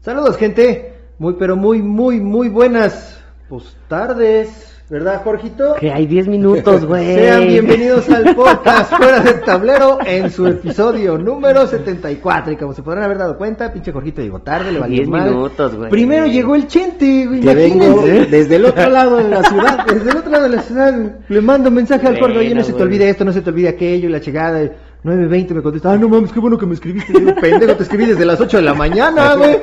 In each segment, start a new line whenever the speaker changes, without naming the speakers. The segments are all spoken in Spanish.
Saludos, gente. Muy, pero muy, muy, muy buenas pues, tardes, ¿verdad, Jorgito?
Que hay 10 minutos, güey.
Sean bienvenidos al podcast Fuera del Tablero en su episodio número 74. Y como se podrán haber dado cuenta, pinche Jorgito llegó tarde, le valió
10
mal.
minutos, güey.
Primero llegó el Chente, güey.
Que vengo
imagínense.
desde el otro lado de la ciudad.
Desde el otro lado de la ciudad, güey. le mando un mensaje al gordo, oye, no
Bueno,
se te
güey.
olvide esto, no se te olvide aquello, y la llegada, y 9.20 me contesta, ah, no mames, qué bueno que me escribiste, Le digo, pendejo, te escribí desde las 8 de la mañana, güey,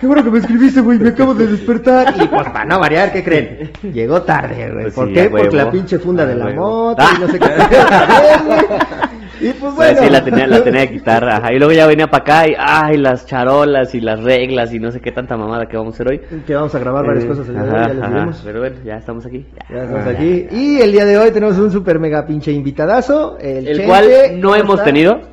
qué bueno que me escribiste, güey, me acabo de despertar, y pues para no variar, ¿qué creen? Llegó tarde, güey,
Pues
¿por
sí,
qué?
a
Porque
huevo.
la pinche funda
A
de la
huevo. Ah.
moto, y no sé qué, y pues
Pues
bueno.
sí, la tenía, la tenía que quitar, ajá. Y luego ya venía para acá y, ay, las charolas y las reglas y no sé qué tanta mamada que vamos a hacer hoy. Eh,
Que vamos a grabar varias cosas, el día de hoy,
Ajá,
ya les
ajá.
diremos.
Pero bueno, ya estamos aquí.
Ya estamos aquí. Y el día de hoy tenemos un super mega pinche invitadazo. El,
El,
Chente,
cual no
¿cómo
hemos
está?
tenido.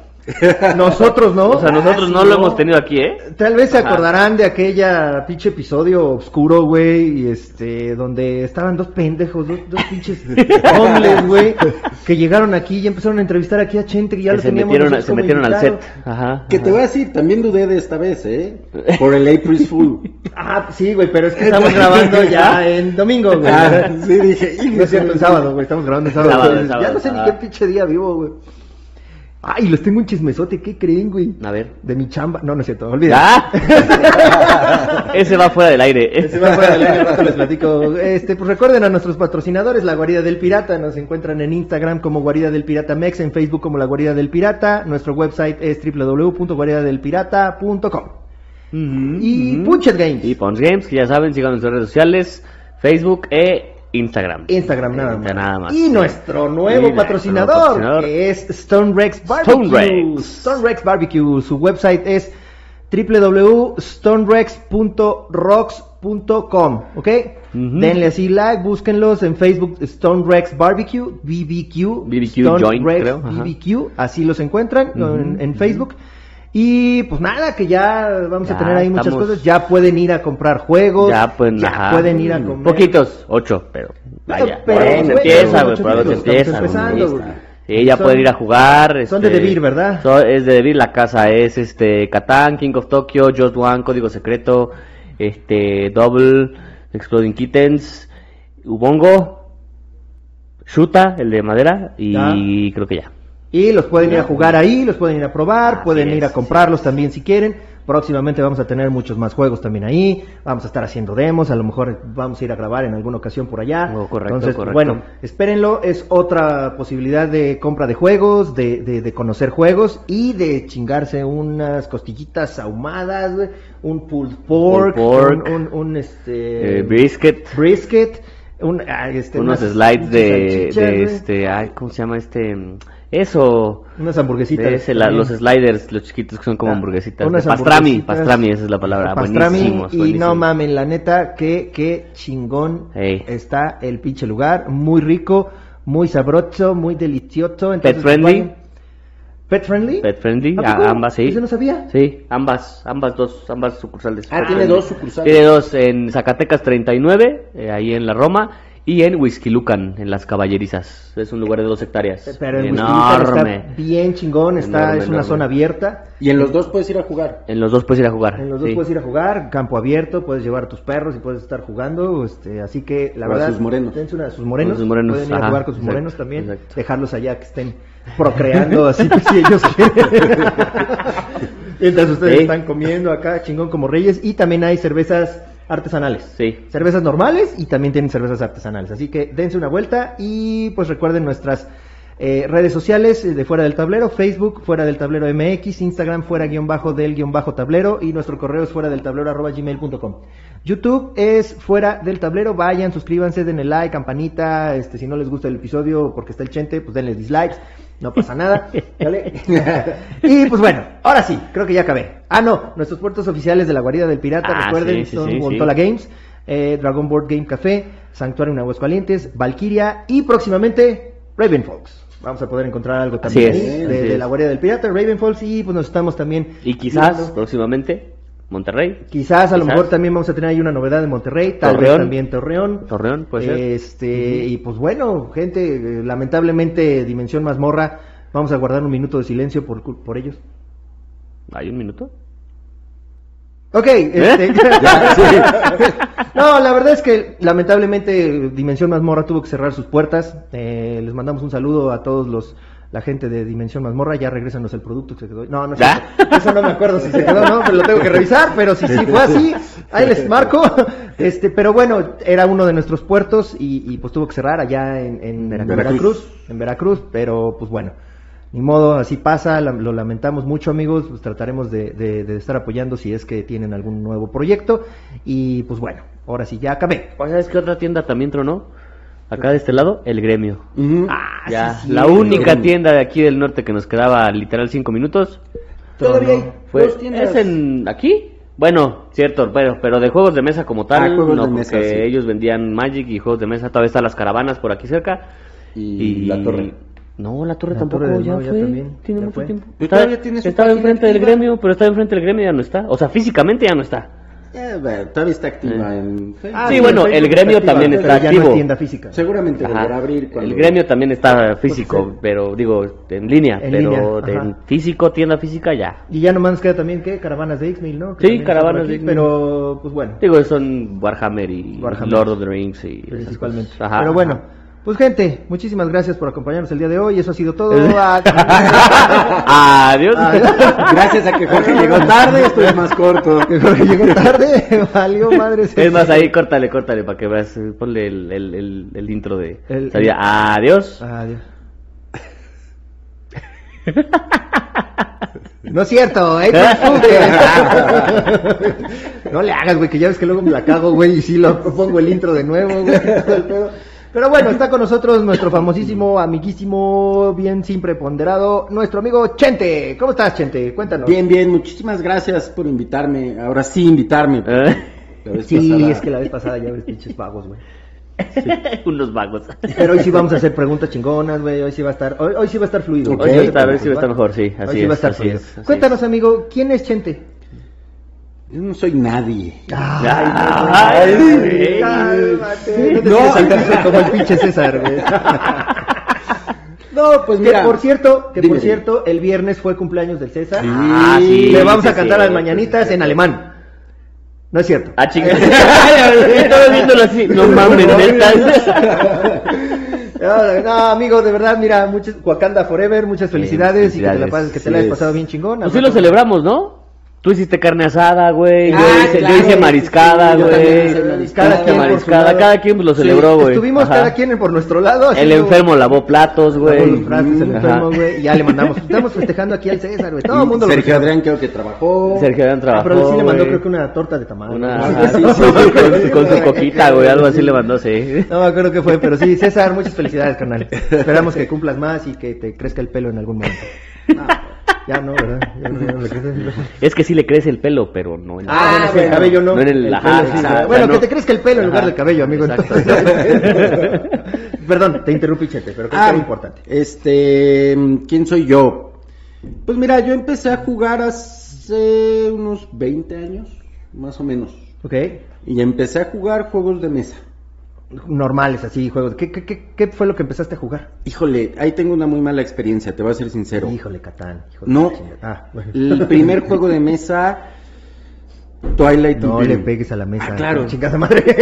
Nosotros no.
O sea, nosotros
Ah, sí,
no lo hemos tenido aquí, ¿eh?
Tal vez se
Ajá.
acordarán de aquella pinche episodio oscuro, güey, y este, donde estaban dos pendejos, dos, dos pinches hombres, güey, que llegaron aquí y empezaron a entrevistar aquí a Chente, que ya
Que
lo
se
teníamos
metieron, a-
nosotros
se
como
metieron al
invitado.
set. Ajá.
Que te voy a decir, también dudé de esta vez, ¿eh? Por el April's Fool.
Ah, sí, güey, pero es que estamos grabando ya en domingo, güey.
Ah, sí, ah. dije.
No es cierto, en sábado, güey, estamos grabando en sábado.
Sábado,
Entonces,
sábado,
ya no sé ni
sábado.
qué pinche día vivo, güey. Ay, les tengo un chismesote, ¿qué creen, güey?
A ver.
De mi chamba. No, no es cierto, olvida.
Ah. Ese va fuera del aire.
Se me fue la lengua, ahorita les platico. Este, pues recuerden a nuestros patrocinadores, La Guarida del Pirata. Nos encuentran en Instagram como Guarida del Pirata Mex, en Facebook como La Guarida del Pirata. Nuestro website es www.guaridadelpirata.com. Y Punchet Games.
Y Pons Games, que ya saben, sigan en sus redes sociales, Facebook e Instagram.
Instagram nada
Ya
más.
nada más.
Y
Sí.
nuestro nuevo
Y nuestro
patrocinador,
patrocinador.
que es Stone Rex Barbecue.
Stone Rex.
Stone Rex Barbecue. Su website es www.stonerex.rocks.com, ¿ok?
Ujú.
Denle así like, búsquenlos en Facebook Stone Rex Barbecue, BBQ,
BBQ
Stone
Joint,
Rex
creo, ajá.
BBQ, así los encuentran ¿no? en,
Ujú,
en Facebook. Y pues nada, que ya vamos a
Ya
tener ahí muchas
estamos-
cosas. Ya pueden ir a comprar juegos.
Ya, pueden, ajá.
pueden ir a comprar.
Poquitos, ocho, pero. Vaya.
pero,
Bueno,
bueno,
empieza,
pero
güey,
ocho
por algo se
títulos,
empieza.
estamos
güey.
empezando, güey.
Sí, ya
Son-
pueden ir a jugar.
son de Debir, ¿verdad?
so- es de Debir, la casa es este Catán, King of Tokyo, Just One, Código Secreto, este Double, Exploding Kittens, Ubongo, Shuta, el de madera, y creo que ya.
Y los pueden ir a jugar ahí, los pueden ir a probar,
Así
pueden
es,
ir a
sí.
comprarlos también si quieren. Próximamente vamos a tener muchos más juegos también ahí. Vamos a estar haciendo demos, a lo mejor vamos a ir a grabar en alguna ocasión por allá.
Oh, correcto,
Entonces, pues,
correcto.
bueno, espérenlo. Es otra posibilidad de compra de juegos, de, de- de conocer juegos y de chingarse unas costillitas ahumadas, güey, un pulled pork,
pork.
un, un- un, este
Eh, brisket,
brisket, un, ah, este,
unos
unas
slides de,
salchichas,
de
güey.
este, ay, ¿cómo se llama este? Eso.
Unas hamburguesitas.
De ese, la-
también.
los sliders, los chiquitos que son como
Ah,
hamburguesitas.
unas
de pastrami,
hamburguesitas.
pastrami, esa es la palabra.
Pastrami,
ah, buenísimos,
y
buenísimos.
no mamen, la neta, que, que chingón
Ey.
está el pinche lugar. Muy rico, muy sabroso, muy delicioso. Entonces,
Pet friendly.
vayan- ¿Pet friendly?
Pet friendly,
¿A poco?
a- ambas sí.
Eso no sabía.
Sí, ambas, ambas dos, ambas sucursales.
Ah, tiene dos sucursales.
Tiene dos, en Zacatecas 39, eh, ahí en la Roma, y en Huizquilucan, en las Caballerizas. Es un lugar de dos hectáreas.
Eh, Pero en Huizquilucan está
enorme.
bien chingón, está,
Enorme,
es una
enorme.
zona abierta.
Y en los dos puedes ir a jugar.
En los dos puedes ir a jugar.
En los dos
sí.
puedes ir a jugar, campo abierto, puedes llevar a tus perros y puedes estar jugando, este, así que la
O a
verdad,
sus morenos.
dense una- a sus morenos,
Con sus morenos,
pueden ir a
ajá,
jugar con sus
exacto,
morenos también,
exacto.
dejarlos allá que estén procreando así pues, si ellos quieren. Mientras ustedes
Sí.
están comiendo acá, chingón como reyes, y también hay cervezas artesanales.
Sí.
Cervezas normales y también tienen cervezas artesanales. Así que dense una vuelta y pues recuerden nuestras eh, redes sociales eh, de Fuera del Tablero, Facebook, Fuera del Tablero MX, Instagram, Fuera guión bajo del guión bajo tablero y nuestro correo es fuera del tablero arroba gmail.com. YouTube es Fuera del Tablero, vayan, suscríbanse, denle like, campanita, este, si no les gusta el episodio porque está el chente, pues denle dislikes, no pasa nada, ¿vale? y pues bueno, ahora sí, creo que ya acabé. Ah, no, nuestros puertos oficiales de la guarida del pirata,
Ah,
recuerden,
sí, sí,
son
sí, sí.
Guantola Games, eh, Dragon Board Game Café, Santuario en Aguascalientes, Valkyria y próximamente Raven Folks. Vamos a poder encontrar algo también
Así
ahí
es,
de,
así
de
es.
la Guardia del Pirata, Raven Folks y pues nos estamos también
Y quizás,
viendo.
próximamente, Monterrey.
Quizás a lo
quizás.
mejor también vamos a tener ahí una novedad de Monterrey, tal vez
Torreón.
también Torreón.
Torreón, puede ser.
Este, y pues bueno, gente, eh, lamentablemente Dimensión Mazmorra, vamos a guardar un minuto de silencio por, cul- por ellos.
¿Hay un minuto?
Ok, este, no, la verdad es que lamentablemente Dimensión Mazmorra tuvo que cerrar sus puertas. Eh, les mandamos un saludo a todos los la gente de Dimensión Mazmorra. Ya regresanos el producto que se quedó. No, no, es
¿Ya?
cierto. eso no me acuerdo si se quedó o no, pero lo tengo que revisar. Pero si sí fue así, ahí les marco. Este, pero bueno, era uno de nuestros puertos y, y, pues tuvo que cerrar allá en, en Veracruz.
Veracruz.
en Veracruz, pero pues bueno. Ni modo, así pasa, la- lo lamentamos mucho amigos, pues trataremos de, de- de estar apoyando si es que tienen algún nuevo proyecto y pues bueno, ahora sí ya acabé.
¿O sabes qué pues otra tienda también tronó? Acá de este lado, el gremio.
Ujú.
ya,
Ah, sí, sí,
la
el
única
Gremio.
tienda de aquí del norte que nos quedaba literal cinco minutos.
Todavía hay
Fue,
dos tiendas.
¿Es en aquí? Bueno, cierto, pero, pero de juegos de mesa como tal,
Ah, juegos
no,
de mesa,
porque
sí.
ellos vendían Magic y juegos de mesa. Todavía están las caravanas por aquí cerca.
Y la
Eh,
torre.
No, la torre
La
tampoco,
torre del
ya
Mau ya
fue.
también,
tiene
ya
mucho
fue.
tiempo.
Pero
Estaba-
todavía tiene su
estaba
página
enfrente del
activa.
gremio, pero estaba enfrente del gremio ya no está. O sea, físicamente ya no está.
Eh, bueno, todavía está activa en Facebook.
Ah,
eh. sí, bueno,
Facebook
el gremio
activa,
también
pero
está
ya no
activo.
es tienda física.
Seguramente
Ajá.
volverá a abrir cuando...
El gremio también está físico,
sí.
pero digo, en línea,
En
pero
línea,
en
ajá.
físico, tienda física ya.
Y ya nomás nos queda también, ¿qué? Caravanas de X-Mil, ¿no? Que
Sí,
también está
Caravanas
por
de
aquí,
X-Mil.
Pero, pues bueno,
Digo, son Warhammer y
Warhammer.
Lord of the Rings y esas
principalmente.
cosas. Ajá,
pero bueno,
ajá.
pues gente, muchísimas gracias por acompañarnos el día de hoy. Eso ha sido todo. Ah,
Adiós.
Gracias a que Jorge llegó tarde, esto es más corto.
Llegó tarde, valió madres.
Es más, ahí córtale, córtale para que veas. eh, Ponle el, el, el, el intro de.
El-
salida. Adiós.
Adiós. No es cierto, ¿eh? Confunde. No le hagas, güey, que ya ves que luego me la cago, güey, y sí lo pongo el intro de nuevo, güey. todo el pedo. Pero bueno, está con nosotros nuestro famosísimo, amiguísimo, bien siempre ponderado, nuestro amigo Chente. ¿Cómo estás, Chente? Cuéntanos.
Bien, bien, muchísimas gracias por invitarme. Ahora sí invitarme.
Eh,
La vez
Sí,
pasada-
es que la vez pasada ya ves pinches vagos, güey.
Unos vagos.
Pero hoy sí vamos a hacer preguntas chingonas, güey. Hoy sí va a estar, hoy, hoy sí va a estar fluido.
Ok.
güey.
Hoy sí va a estar- hoy sí va a
Hoy
estar mejor, sí. Así
sí va a
es,
estar
así
fluido.
es, así es.
Cuéntanos, amigo, ¿quién es Chente?
Yo no soy nadie.
Ay, güey.
Ah, cálmate, no te
No.
sientas alcanzado como el pinche César, güey.
No, pues
Que por cierto, que
Dime,
por
dime.
cierto, el viernes fue cumpleaños del César.
Ah, sí,
Le vamos a
sí,
cantar
sí.
las mañanitas en alemán. No es cierto.
Ah, chingada. Estaba viéndolo así. No mames, neta.
No, no, amigo, de verdad, mira, muchas, Wakanda Forever, muchas felicidades, y que te la
felicidades.
pases, que te
Sí
la hayas
es.
pasado bien chingón.
Pues sí lo celebramos, ¿no? Tú hiciste carne asada, güey. Yo,
Ah,
hice, yo
claro,
hice
sí,
mariscada,
sí, yo también
güey.
hice
cada
Cada
quien
quien,
por su
mariscada.
lado.
Cada quien pues, lo
Sí,
celebró, güey.
Estuvimos
Ajá.
cada quien por nuestro lado.
El
haciendo-
enfermo lavó platos,
Lavó
güey.
los trastes, el
Ajá.
enfermo, güey, y ya le mandamos. Estamos festejando aquí al César, güey. Todo el mundo lo
Sergio
festeja.
Adrián creo que trabajó.
Sergio Adrián
Ah,
trabajó.
pero sí le mandó
güey.
creo que una torta de tamal.
Una- Ah,
Sí,
ajá,
sí,
con,
sí, sí,
con
sí,
su- con
sí,
su coquita, güey, algo así
sí.
le mandó, sí.
No me acuerdo qué fue, pero sí, César, muchas felicidades, carnal. Esperamos que cumplas más y que te crezca el pelo en algún momento. No, ya no, ¿verdad? Ya no, ya no le crece el pelo.
Es que sí le crece el pelo, pero no en la-
Ah, bueno, sí, el
bueno.
cabello no.
No en el- ajá,
pelo sí,
ajá,
Ah, Bueno,
o sea, no.
que te crezca el pelo en lugar
Ajá.
del cabello, amigo.
Exacto.
entonces. Perdón, te interrumpí, Chete, pero creo que
Ah,
era importante.
Este, ¿quién soy yo? Pues mira, yo empecé a jugar hace unos 20 años, más o menos.
Ok.
Y empecé a jugar juegos de mesa.
Normales, así, juegos. ¿Qué, qué, qué, qué fue lo que empezaste a jugar?
Híjole, ahí tengo una muy mala experiencia, te voy a ser sincero.
Híjole, Catán. hijo de
No.
la chingada. Ah, bueno.
El primer juego de mesa, Twilight
No le
Imperium.
pegues a la mesa.
Ah, claro.
Chingada madre.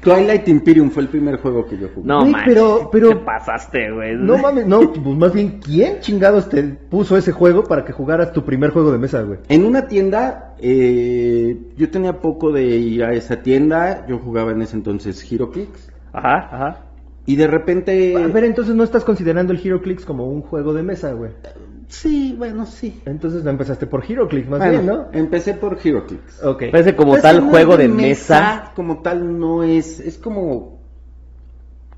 Twilight Imperium fue el primer juego que yo jugué.
No,
Güey,
man.
pero- pero-
Te pasaste, güey.
No mames, no, pues más bien, ¿quién chingados te puso ese juego para que jugaras tu primer juego de mesa, güey?
En una tienda, eh, yo tenía poco de ir a esa tienda, yo jugaba en ese entonces HeroClix,
Ajá, ajá.
y de repente...
A ver, entonces no estás considerando el HeroClix como un juego de mesa, güey.
Sí, bueno, sí.
Entonces no empezaste por HeroClix, más
Bueno,
bien, ¿no?
Empecé por HeroClix.
Ok.
Parece como
Pues,
tal
no es
juego de mesa.
Como tal no es, es como...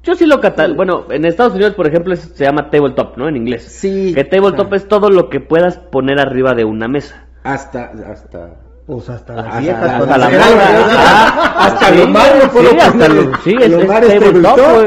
Yo sí lo catal... Bueno, en Estados Unidos, por ejemplo, es- se llama tabletop, ¿no? En inglés.
Sí.
Que tabletop es todo lo que puedas poner arriba de una mesa.
Hasta, hasta...
Pues hasta las
Hasta-
viejas.
hasta
cuando
la
se-
morra.
Ah,
Hasta
sí,
los mares
Sí,
puedo
hasta
poner.
los... Sí,
Los
es, es
mares
tabletop,
tabletop.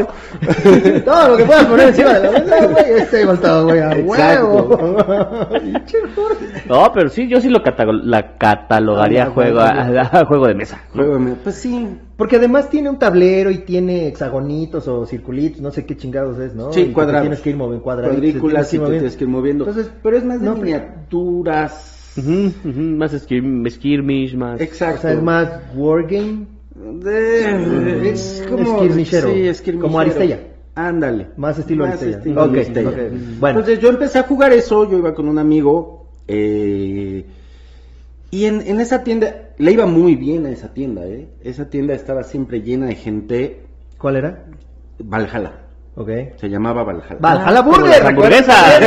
güey.
Todo lo que puedas poner encima de la mesa, güey, este voltado, güey, a
Exacto.
huevo. Pinche Jorge.
No, pero sí, yo sí lo catalog- la catalogaría
Ah, juego,
juego, a- a juego de mesa.
Juego de mesa. Pues sí,
Porque además tiene un tablero y tiene hexagonitos o circulitos, no sé qué chingados es, ¿no?
Sí,
Y que te
cuadrados.
Tienes que ir moviendo cuadraditos, te
cuadrículas y te
moviendo.
tienes que ir moviendo.
Entonces, pues,
pero es más de
no, pero-
miniaturas.
Ujú, ujú, Más skirm- skirmish, más.
O
Exacto.
sea, es más wargame,
De- es como.
Esquirmillero.
Sí, esquirmillero.
Como Aristella.
Ándale.
Más estilo Aristella.
estilo
Ok,
Aristella.
ok. Bueno.
Entonces yo empecé a jugar eso, yo iba con un amigo. eh, y en, en esa tienda, le iba muy bien a esa tienda, ¿eh? Esa tienda estaba siempre llena de gente.
¿Cuál era?
Valhalla.
Ok.
Se llamaba Valhalla.
Valhalla
Como las
Burger.
hamburguesas.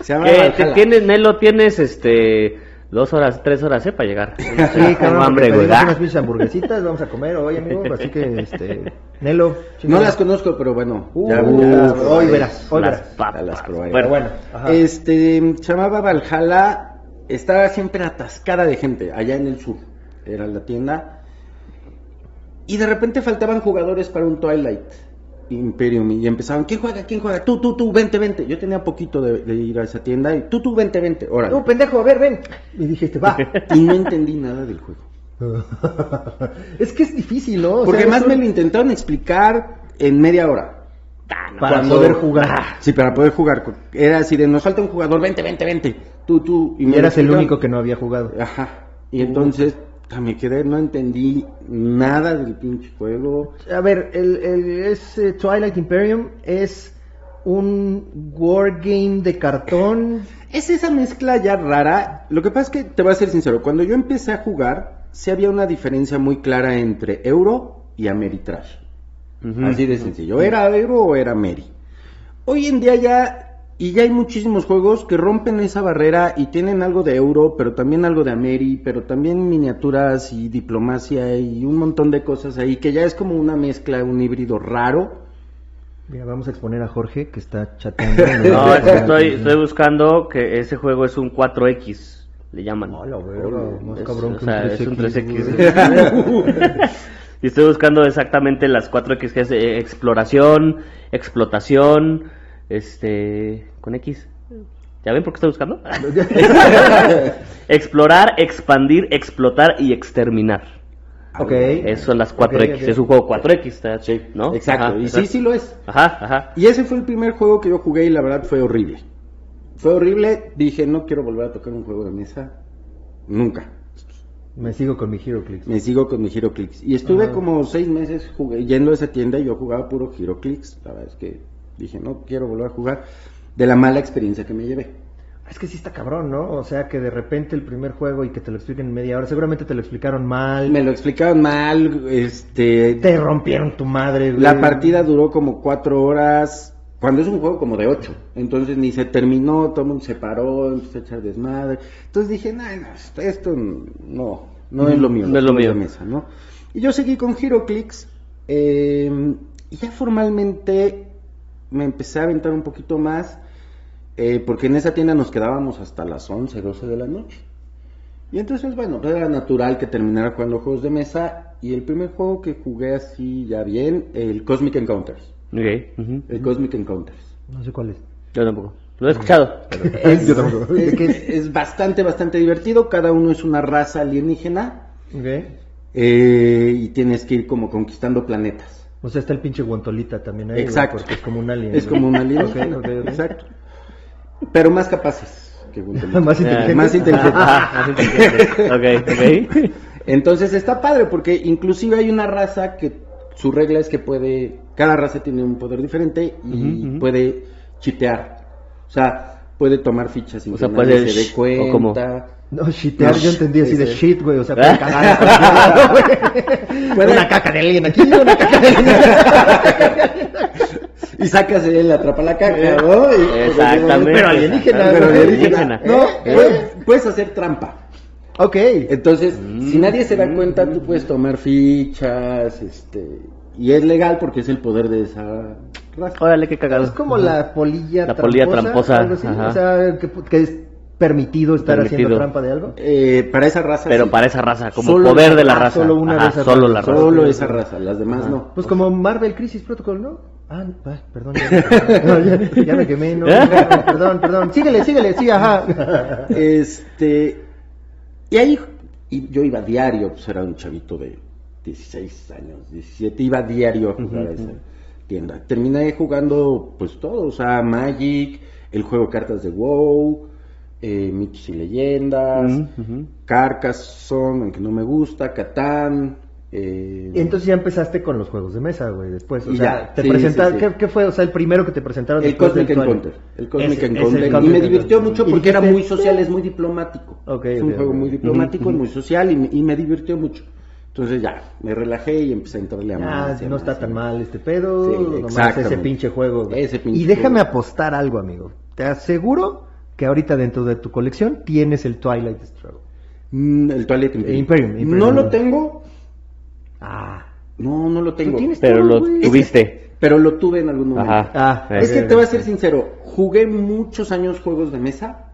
Se llamaba
Que te
Valhalla.
tienes, Nelo, tienes este dos horas, tres horas ¿eh? para llegar.
Sí, cabrón,
Tengo hambre,
porque
güey.
pedimos unas
ah.
pinches hamburguesitas, vamos a comer hoy, amigo, así que, este, Nelo.
No
chingada.
las conozco, pero bueno.
Uh,
ya-
ya,
ya-
hoy verás, hoy
Las
verás.
Ya las
papas.
probé.
Bueno,
bueno. Ajá.
Este, se llamaba Valhalla, estaba siempre atascada de gente, allá en el sur, era la tienda. Y de repente faltaban jugadores para un Twilight Imperium y empezaban, ¿quién juega? ¿quién juega? Tú, tú, tú, vente, vente. Yo tenía poquito de, de ir a esa tienda y tú, tú, vente, vente. Órale.
Tú, pendejo, a ver, ven. Y dije, este, va.
Y no entendí nada del juego.
es que es difícil, ¿no? O
Porque
sea,
más
es
me
un-
lo intentaron explicar en media hora.
Para
Cuando-
poder jugar.
Sí, para poder jugar. Era así de, nos falta un jugador, vente, vente, vente. Tú, tú.
Y
me
eras el
explicaron.
único que no había jugado.
Ajá. Y entonces ah, me quedé, no entendí nada del pinche juego.
A ver, el, el- es, eh, Twilight Imperium es un wargame de cartón.
Es esa mezcla ya rara. Lo que pasa es que, te voy a ser sincero, cuando yo empecé a jugar, sí había una diferencia muy clara entre Euro y Ameritrash.
Ujú.
Así de sencillo. ¿Era Euro o era Mary? Hoy en día ya, y ya hay muchísimos juegos que rompen esa barrera y tienen algo de Euro, pero también algo de Ameri, pero también miniaturas y diplomacia y un montón de cosas ahí, que ya es como una mezcla, un híbrido raro.
Mira, vamos a exponer a Jorge que está chateando. en
No,
el-
es que estoy, estoy buscando que ese juego es un 4X, le llaman.
Oh,
No, la verga, más
Es-
cabrón
o
que
sea,
un
es un
3X.
3X. y estoy buscando exactamente las 4X que es eh, exploración, explotación, este, con X. ¿Ya ven por qué estoy buscando? Explorar, expandir, explotar y exterminar.
ok.
Esas son las 4X.
Ok, ok.
Es un juego 4X, sí, ¿no?
Exacto,
Ajá,
y
exacto.
sí, sí lo es.
Ajá, ajá.
Y ese fue el primer juego que yo jugué y la verdad fue horrible. Fue horrible, dije, no quiero volver a tocar un juego de mesa. Nunca.
Me sigo con mi Heroclix.
Me sigo con mi Giroclix. Y estuve
Ajá.
como seis meses jugué- yendo a esa tienda y yo jugaba puro Giroclix. La verdad es que dije, no quiero volver a jugar. De la mala experiencia que me llevé.
Es que sí está cabrón, ¿no? O sea, que de repente el primer juego y que te lo expliquen en media hora, seguramente te lo explicaron mal,
Me lo explicaron mal, este...
te rompieron tu madre, güey.
La partida duró como cuatro horas, cuando es un juego como de ocho. Entonces ni se terminó, todo el mundo se paró, empezó a echar desmadre. Entonces dije, "Nah, no, esto- esto no, no es lo mío.
No
los
es lo
juegos
mío.
de mesa, ¿no? Y yo seguí con Heroclix, eh, y ya formalmente me empecé a aventar un poquito más, eh, porque en esa tienda nos quedábamos hasta las 11, 12 de la noche. Y entonces, bueno, pues era natural que terminara jugando juegos de mesa. Y el primer juego que jugué así ya bien, el Cosmic Encounters.
Ok, ujú.
El Cosmic Encounters.
No sé cuál es.
Yo tampoco. Lo he escuchado. pero-
Yo tampoco.
Es,
¿Qué es?
es bastante, bastante divertido. Cada uno es una raza alienígena.
Ok.
eh, y tienes que ir como conquistando planetas.
O sea, está el pinche guantolita también ahí. güey,
Exacto.
Porque es como un alien.
Es
güey.
como un
Ok,
alienígena.
ok, ok.
Exacto. Pero más capaces. que Gunther.
Más inteligente. Ah,
Más inteligente.
Ajá, más inteligente. Ah, Ok, ok.
Entonces está padre porque inclusive hay una raza que su regla es que puede, cada raza tiene un poder diferente y
Ujú, ujú.
puede chitear. O sea, puede tomar fichas sin
O sea,
que
puede
nadie se dé
sh- o como-
cuenta.
No, shitear,
No,
yo entendí así de
ese.
shit, güey. O sea, puede cagar en cualquier lado, güey.
Puede-
Una caca de alien aquí, una caca de alien
Y sacas el atrapa la caca, ¿no? Y-
Eh,
pues,
Exactamente.
Pero alienígena,
Pero
¿no?
alienígena. No,
¿Eh?
puedes- puedes hacer trampa.
Ok.
Entonces,
Mm.
si nadie se da cuenta, tú puedes tomar fichas, este, y es legal porque es el poder de esa raza.
Órale, qué
Es
cagado.
como la polilla
La
tramposa.
polilla tramposa,
algo así,
ajá.
O sea, que, que es permitido estar haciendo
Permitido.
trampa de algo.
Eh, para esa raza.
Pero
sí.
para esa raza, como
Solo
poder
esa-
de la
ah,
raza.
solo una
Ajá,
de esas
solo
razas.
la raza.
Solo esa raza, las demás
Ajá.
no.
Pues como Marvel Crisis Protocol, ¿no? Ah, no, ah, perdón, ya, no, ya- ya me quemé, no, no, perdón, perdón, síguele, síguele, sí, ajá.
Este, y ahí y yo iba diario, pues era un chavito de 16 años, 17, iba diario a jugar a esa tienda. Terminé jugando pues todo, o sea, Magic, el juego de cartas de WoW, eh, Mitos y Leyendas,
Ujú, ujú.
Carcassonne, aunque no me gusta, Catán. eh,
Entonces ya empezaste con los juegos de mesa, güey, después. O
Y
sea,
ya,
te
sí,
presentaron.
sí, sí.
¿qué, qué fue? O sea, el primero que te presentaron.
el
después
Cosmic
del Twilight.
Encounter. El Cosmic
Ese- ese
Encounter.
el
y
Cosmic
me divirtió
Encounter.
mucho
Y
porque era
dijiste,
muy social, es muy diplomático.
Ok,
es un
ok,
juego
ok.
muy
Ujú,
diplomático, y muy social y me, y me divirtió mucho. Entonces ya, me relajé y empecé a entrarle a
Ah,
más. y a
no está
más, y
tan
a
mal este pedo,
Sí,
nomás
exactamente.
ese pinche juego. güey.
Ese pinche
y déjame
juego.
apostar algo, amigo. Te aseguro que ahorita dentro de tu colección tienes el Twilight Struggle.
Mm, el Toilet Imperium.
Imperium, Imperium.
No lo tengo.
Ah,
No, no lo tengo.
tienes-
Pero
todo,
lo
güey.
tuviste.
Pero lo tuve en algún momento.
Ajá.
Ah,
Eh,
Es que
Ok,
te voy a
ok.
ser sincero. Jugué muchos años juegos de mesa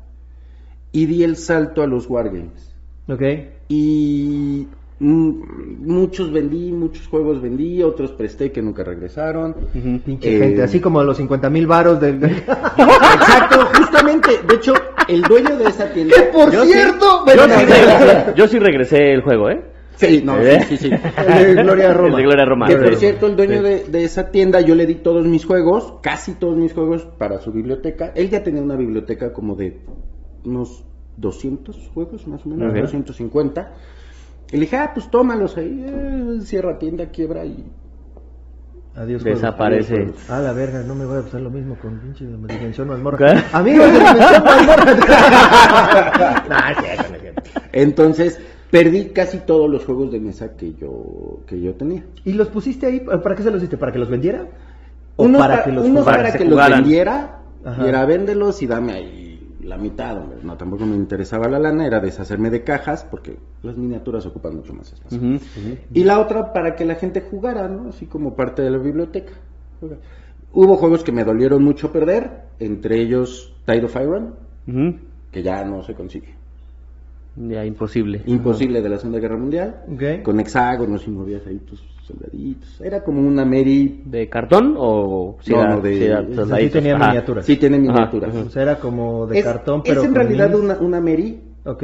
y di el salto a los Wargames.
eh. ok.
Y mm, muchos vendí, muchos juegos vendí, otros presté que nunca regresaron.
Ujú.
Pinche
Eh,
gente, así como los 50 mil varos del...
Exacto, justamente. De hecho, el dueño de esa tienda.
¡Que por
Yo sí-
cierto!
Yo
bueno,
sí, regresé, yo sí regresé el juego, ¿eh?
Sí, no,
¿Eh?
sí, sí, sí.
El de Gloria Roma.
El de Gloria Roma.
Que
Pero-
por cierto, el dueño
Sí.
de, de esa tienda, yo le di todos mis juegos, casi todos mis juegos, para su biblioteca. Él ya tenía una biblioteca como de unos 200 juegos, más o menos,
Ajá.
250. Y le dije, ah, pues tómalos ahí, eh, cierra tienda, quiebra y...
Adiós, juegos.
Desaparece.
Adiós, juegos. A la verga, no me voy a pasar lo mismo con pinche Dimensión
¿Qué?
Mazmorra. Amigos de Dimensión Mazmorra. no, es cierto, no es cierto.
Entonces, perdí casi todos los juegos de mesa que yo, que yo tenía.
¿Y los pusiste ahí? eh, ¿Para qué se los hiciste? ¿Para que los vendiera? ¿O
Unos
para
pa-
que los
unos
jugara?
para
se
que los
jugaran.
vendiera,
Ajá.
y era véndelos y dame ahí la mitad, hombre. No, tampoco me interesaba la lana, era deshacerme de cajas porque las miniaturas ocupan mucho más espacio.
Ujú, ujú.
Y la otra para que la gente jugara, ¿no? Así como parte de la biblioteca. Hubo juegos que me dolieron mucho perder, entre ellos Tide of Iron,
Ujú.
que ya no se consigue.
Ya, imposible.
Imposible de la Segunda Guerra Mundial,
Ok.
con hexágonos y movías ahí tus soldaditos. Era como una Mary...
¿De cartón o
No,
era-
no, de-
era
sí
soldaditos?
tenía
Ajá.
miniatura.
Sí, tiene
Ajá,
miniaturas.
ajá.
O sea, era como de
es,
cartón,
es
pero.
en
con
realidad
minis.
una, una Mary,
Ok,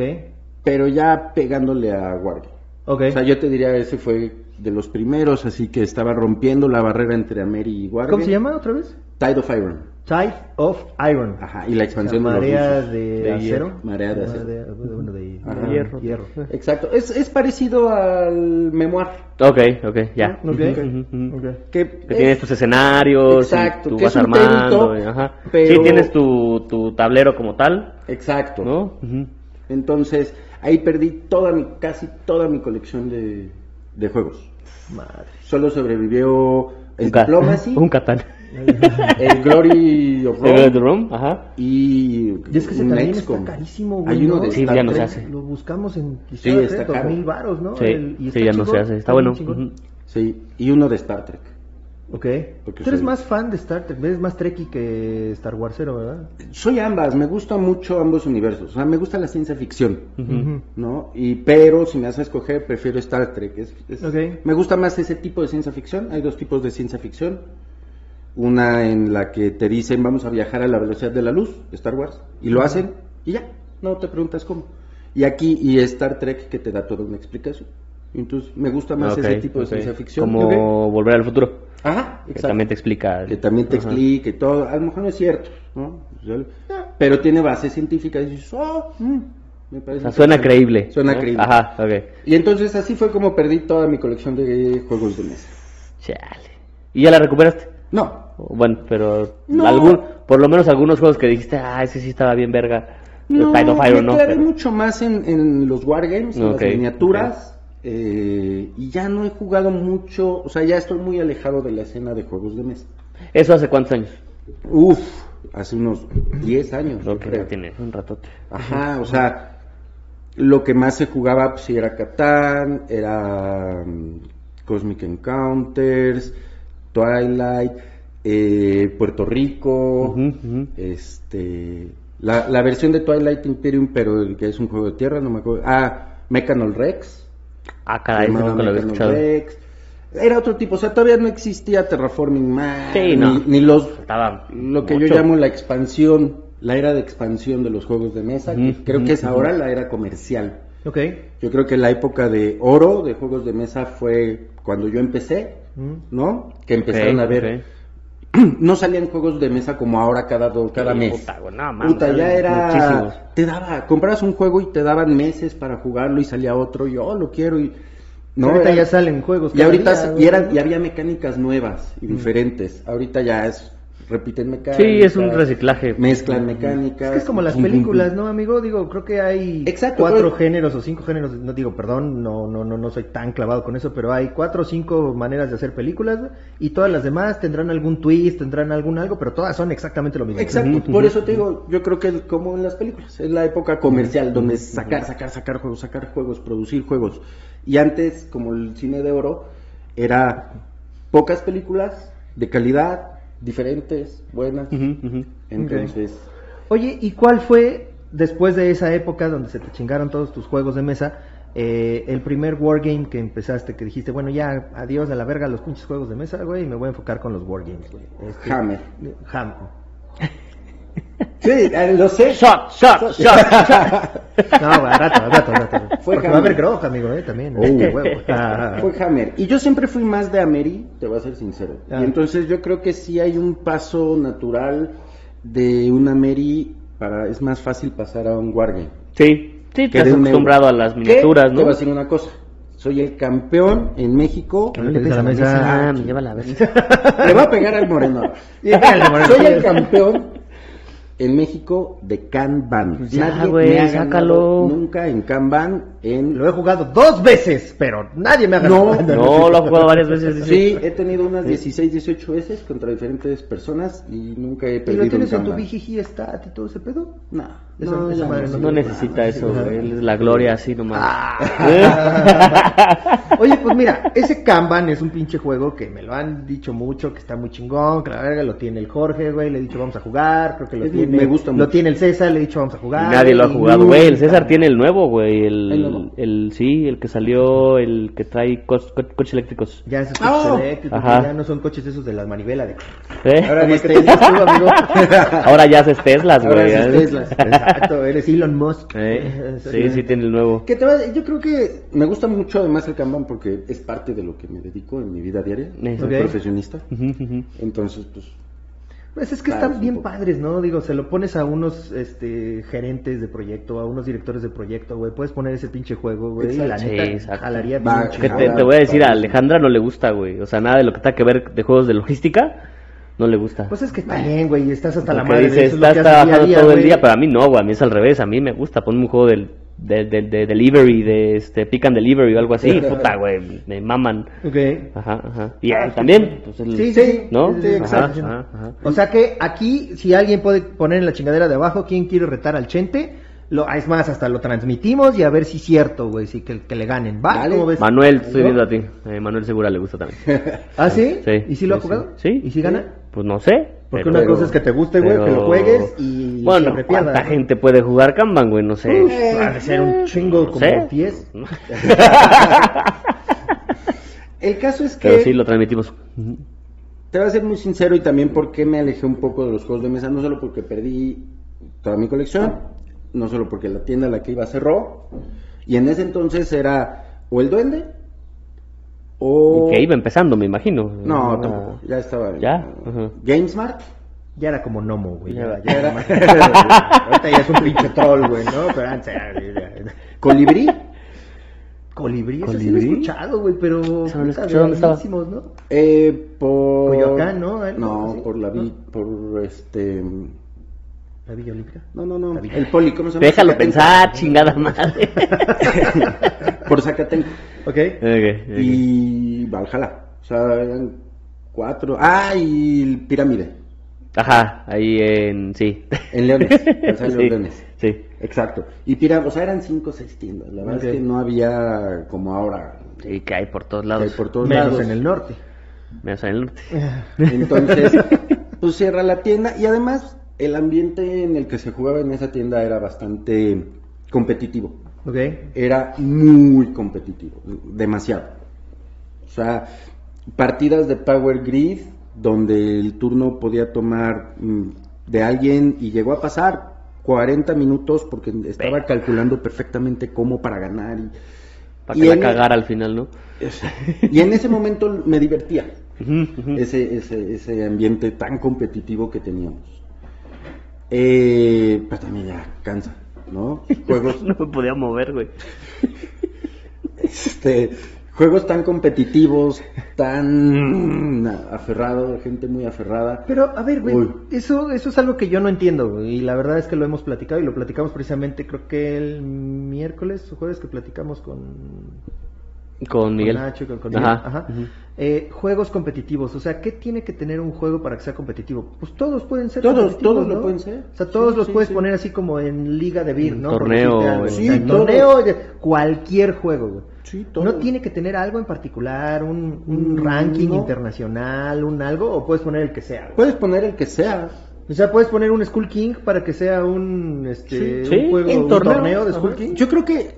pero ya pegándole a Wargame.
ok.
O sea, yo te diría, ese fue de los primeros, así que estaba rompiendo la barrera entre Mary y Wargame.
¿Cómo se llama otra vez?
Tide of Iron.
Tide of Iron.
Ajá, y la
O sea,
expansión de
marea
los rusos.
de,
De
acero.
hierro.
Marea de acero.
bueno, de,
Ajá.
de hierro.
Hierro.
Exacto, es, es parecido al memoir,
Ok, ok, ya.
Ok,
ujú,
ok.
ujú.
que,
Que
es-
tienes tus escenarios, y
Exacto,
tú
que
vas
es un
armando,
técnico,
y- ajá.
pero-
Sí, tienes tu, tu tablero como tal,
Exacto.
¿no? Ujú.
Entonces, ahí perdí toda mi, casi toda mi colección de, de juegos.
Madre.
Solo sobrevivió el
Un ca-
Diplomacy,
Un catán.
el Glory of Rome,
El Room, ajá.
Y,
Y es que ese
un
también
Excom.
está carísimo, güey.
Hay uno de
¿no?
Sí,
Star
ya no
Trek.
se hace.
Lo buscamos en
Sí, está caro.
mil varos, ¿no?
Sí,
El- y
sí,
está
ya no
chingón,
se hace. Está bueno.
bien chingón.
ujú.
Sí, y uno de Star Trek.
Ok.
Porque
Tú eres
soy-
más fan de Star Trek, eres más Trekkie que Star Warsero, ¿verdad?
Soy ambas, me gusta mucho ambos universos. O sea, me gusta la ciencia ficción,
Ujú.
Ujú.
¿no? Y pero si me hace escoger, prefiero Star Trek. Es- es-
Ok.
Me gusta más ese tipo de ciencia ficción. Hay dos tipos de ciencia ficción. Una en la que te dicen vamos a viajar a la velocidad de la luz, Star Wars, y lo hacen y ya, no te preguntas cómo. Y aquí y Star Trek que te da toda una explicación. Entonces, me gusta más
Ok,
ese tipo de
ok.
ciencia ficción.
Como
Ok.
Volver al Futuro.
Ajá,
Que
exacto.
también te explica.
que también te
Ajá.
explique y todo. A lo mejor no es cierto, ¿no? O sea, Pero tiene bases científicas y dices, oh, mm, me
O
parece.
sea, Ah, suena
interesante".
creíble.
Suena
¿no?
creíble.
Ajá, ok.
Y entonces así fue como perdí toda mi colección de juegos de mesa.
Chale. ¿Y ya la recuperaste?
No,
O, Bueno, pero
No.
algún, por lo menos algunos juegos que dijiste, ah, ese sí estaba bien verga.
no,
Tide of Iron,
me
no.
clavé
pero-
mucho más en, en los wargames, en
Ok,
las miniaturas. eh, y ya no he jugado mucho, o sea, ya estoy muy alejado de la escena de juegos de mesa.
¿Eso hace cuántos años?
Uf, hace unos 10 años. yo
Lo que
creo.
ya tiene un ratote.
Ajá, o sea, lo que más se jugaba pues sí era Catán, era mm, Cosmic Encounters, Twilight, eh, Puerto Rico,
Ujú, ujú.
este, la, la versión de Twilight Imperium, pero el que es un juego de tierra, no me acuerdo. Ah, Mechanol Rex.
Ah, caray, eso
se llamaba
nunca lo había escuchado.
Mechanol Rex. Era otro tipo, o sea, todavía no existía Terraforming Man,
Sí, no.
ni, ni los
Faltaba
lo que
mucho.
yo llamo la expansión, la era de expansión de los juegos de mesa, que
Ujú,
creo
ujú,
que es
ujú.
ahora la era comercial.
Ok.
Yo creo que la época de oro de juegos de mesa fue cuando yo empecé,
Mm.
¿no? Que empezaron
Ok,
a ver
ok.
no salían juegos de mesa como ahora cada, do- cada mes.
Puta, güey, no, mames,
Puta, ya
salen
era.
Muchísimos.
Te daba, comprabas un juego y te daban meses para jugarlo y salía otro y oh, lo quiero y.
No, ahorita
era-
ya salen juegos.
Y
cada
ahorita
día,
se-
güey.
y, eran, y había mecánicas nuevas y diferentes. Ahorita ya es. Repiten mecánicas.
Sí, es un reciclaje.
Mezclan mecánicas.
Es que es como las
pum, pum, pum.
películas, ¿no, amigo? Digo, creo que hay
Exacto,
cuatro
pero-
géneros o cinco géneros. No digo, perdón, no, no, no, no soy tan clavado con eso, pero hay cuatro o cinco maneras de hacer películas ¿no? y todas las demás tendrán algún twist, tendrán algún algo, pero todas son exactamente lo mismo.
Exacto, por eso te digo, yo creo que es como en las películas, es la época comercial donde es sacar, sacar, sacar juegos, sacar juegos, producir juegos. Y antes, como el cine de oro, era pocas películas de calidad, diferentes, buenas.
Ujú, ujú.
Entonces,
Oye, ¿y cuál fue después de esa época donde se te chingaron todos tus juegos de mesa? eh, el primer wargame que empezaste, que dijiste, bueno, ya adiós a la verga los pinches juegos de mesa, güey, y me voy a enfocar con los wargames, güey. Este,
Hammer.
Ham.
Sí, eh, lo sé.
Shot, shot, shot.
No, güey, al rato, al rato, al rato.
Fue
Porque va a
Hammer.
haber Grog, amigo, eh, también.
Oh.
Este huevo. Ah,
Fue Hammer. Y yo siempre fui más de Ameri, te voy a ser sincero.
Ah.
Y entonces yo creo que sí hay un paso natural de un Ameri para es más fácil pasar a un Wargame.
Sí, sí, te
que
has
de un
acostumbrado a
euro.
las
¿Qué?
miniaturas,
Te
¿no?
voy a decir una cosa. Soy el campeón en México.
No le pegues a la mesa. Ah.
Ah, me lleva la verga.
Le va a pegar al moreno.
Y pégale, moreno.
Soy el campeón en México de Kanban.
Pues
Ya,
Nadie
güey,
me ha
sácalo.
ganado nunca en Kanban. En...
Lo he jugado dos veces, pero nadie me ha ganado.
No,
No, lo has jugado varias veces. dice.
Sí, he tenido unas 16, 18 veces contra diferentes personas y nunca he
¿Y
perdido
lo tienes
en
en tu
Kanban.
Vigigi Stat y todo ese pedo?
No,
Esa-
no,
esa
ya
madre
no,
No
sí.
necesita eso, güey, es la gloria así nomás.
Ah,
Oye, pues mira, ese Kanban es un pinche juego que me lo han dicho mucho, que está muy chingón, que la verga lo tiene el Jorge, güey, le he dicho vamos a jugar, creo que lo
Es-
tiene,
me gusta
lo
mucho.
tiene el César, le he dicho vamos a jugar.
Nadie lo ha
y
jugado, güey. El
nunca.
César tiene el nuevo, güey.
El
El,
nuevo.
el, sí, el que salió, el que trae co- co- coches eléctricos.
Ya esos coches
Oh.
eléctricos,
Ajá.
ya no son coches esos de las manivelas. De...
¿Eh?
Ahora
Ahora,
viste este tú, amigo.
ya haces Teslas,
Ahora
güey.
haces
¿eh?
Teslas.
Exacto, eres Elon Musk.
¿Eh? Sí, sí tiene el nuevo.
Que te vas- yo creo que me gusta mucho además el Kanban porque es parte de lo que me dedico en mi vida diaria. Soy
Ok.
profesionista.
Ujú, ujú.
Entonces, pues,
Pues es que
Claro,
están
es un
bien
poco.
padres, ¿no? Digo, se lo pones a unos este, gerentes de proyecto, a unos directores de proyecto, güey. Puedes poner ese pinche juego, güey. y La
Exacto. Sí,
neta,
exacto.
jalaría
Va,
bien
Que
chingón.
te, te voy a decir, a Alejandra no le gusta, güey. O sea, nada de lo que tenga que ver de juegos de logística, no le gusta.
Pues es que está bien, güey. Estás hasta la
Porque
madre.
dice,
eso es lo
estás
que haces día a
trabajando
día,
todo el
güey.
día, pero a mí no, güey. A mí es al revés. A mí me gusta. Ponme un juego del, de, de- de delivery, de este, pick and delivery o algo así. Puta, güey. Me maman.
Ok.
Ajá, ajá. Y a él también. pues, él-
Sí, sí, sí.
¿No?
Sí, exacto.
Ajá, ajá,
O sea que aquí, si alguien puede poner en la chingadera de abajo quién quiere retar al Chente, lo, ah, es más, hasta lo transmitimos y a ver si es cierto, güey, si que, que le ganen. ¿Va?
Dale.
¿Cómo ves?
Manuel, estoy viendo a ti. Eh, Manuel Segura le gusta también.
¿Ah, sí?
Sí.
¿Y si lo ha
Sí,
jugado?
sí.
¿Y si gana?
Pues no sé.
Porque
pero-
una cosa es que te guste, güey, que
pero-
lo juegues y
Bueno,
siempre pierdas,
¿cuánta
¿no?
gente puede jugar Kanban, güey? No sé.
Uf, ha de ser un chingo
no
como
sé.
10.
el caso es que
Pero sí, lo transmitimos. Ujú.
te voy a ser muy sincero y también porque me alejé un poco de los juegos de mesa, no solo porque perdí toda mi colección, no solo porque la tienda a la que iba cerró, y en ese entonces era o el duende
Oh.
o...
Y que iba empezando, me imagino.
No,
Ah.
tampoco, ya estaba.
¿Ya? Ajá.
GameSmart.
Ya era como Nomo, güey.
Ya
Ya,
era-
ya era más- Ahorita ya es un pinche troll, güey, ¿no? Pero antes era- era-
Colibrí.
Colibrí, eso sí lo he
¿Colibrí?
escuchado, güey, pero.
Eso no lo he
puta,
escuchado, ¿dónde estaba?
buenísimos, ¿no?
eh, por...
Coyoacán, ¿no? Algo así,
No, por la... vi-
¿no?
Por este...
La Villa Olímpica.
No, no, no.
La vi-
El poli, ¿cómo se llama?
Déjalo
Zacatenco.
pensar, chingada madre.
Por Zacatenco.
Ok.
Ok, ok.
Y Valhalla. O sea, eran cuatro. Ah, y el Pirámide.
Ajá, ahí en. Sí.
En Leones. Valhalla en
Sí,
Leones.
sí.
Exacto. Y Pirámide, o sea, eran cinco o seis tiendas. La verdad
Ok.
es que no había como ahora.
Sí, que hay por todos
que hay
lados.
por todos
Menos
lados.
en el norte.
Me hace el norte.
Entonces, pues cierra la tienda. Y además, el ambiente en el que se jugaba en esa tienda era bastante competitivo.
Ok.
era muy competitivo, demasiado. O sea, partidas de Power Grid donde el turno podía tomar mm, de alguien y llegó a pasar 40 minutos porque estaba
Venga.
calculando perfectamente cómo para ganar. y-
Para
Y
que la
en- e-,
cagara al final, ¿no?
Y, en ese momento me divertía. ese, ese, ese ambiente tan competitivo que teníamos. Eh, pero también ya cansa, ¿no? Juegos,
no me podía mover, güey.
este, juegos tan competitivos, tan aferrado, gente muy aferrada.
Pero, a ver, güey,
Uy.
eso, eso es algo que yo no entiendo, güey, y la verdad es que lo hemos platicado, y lo platicamos precisamente, creo que el miércoles o jueves que platicamos con,
Con Miguel.
Con Nacho, con- con
Ajá.
Miguel, ajá.
Ujú.
Eh, juegos competitivos, o sea, ¿qué tiene que tener un juego para que sea competitivo? Pues todos pueden ser
Todos,
competitivos,
todos lo
¿no?
pueden ser.
O sea, todos
Sí,
los
sí,
puedes
sí.
poner así como en liga de beer, ¿no? Por
Torneo,
decirte algo.
güey.
O sea,
Sí,
torneo, de cualquier juego, güey.
Sí, todo.
No tiene que tener algo en particular, un, un
Mm,
ranking
no.
internacional, un algo, o puedes poner el que sea. güey?
Puedes poner el que sea.
O sea, puedes poner un Skull King para que sea un, este,
Sí, sí,
un, juego,
en
un
torneo,
torneo, de Skull
ajá.
King.
Yo creo que,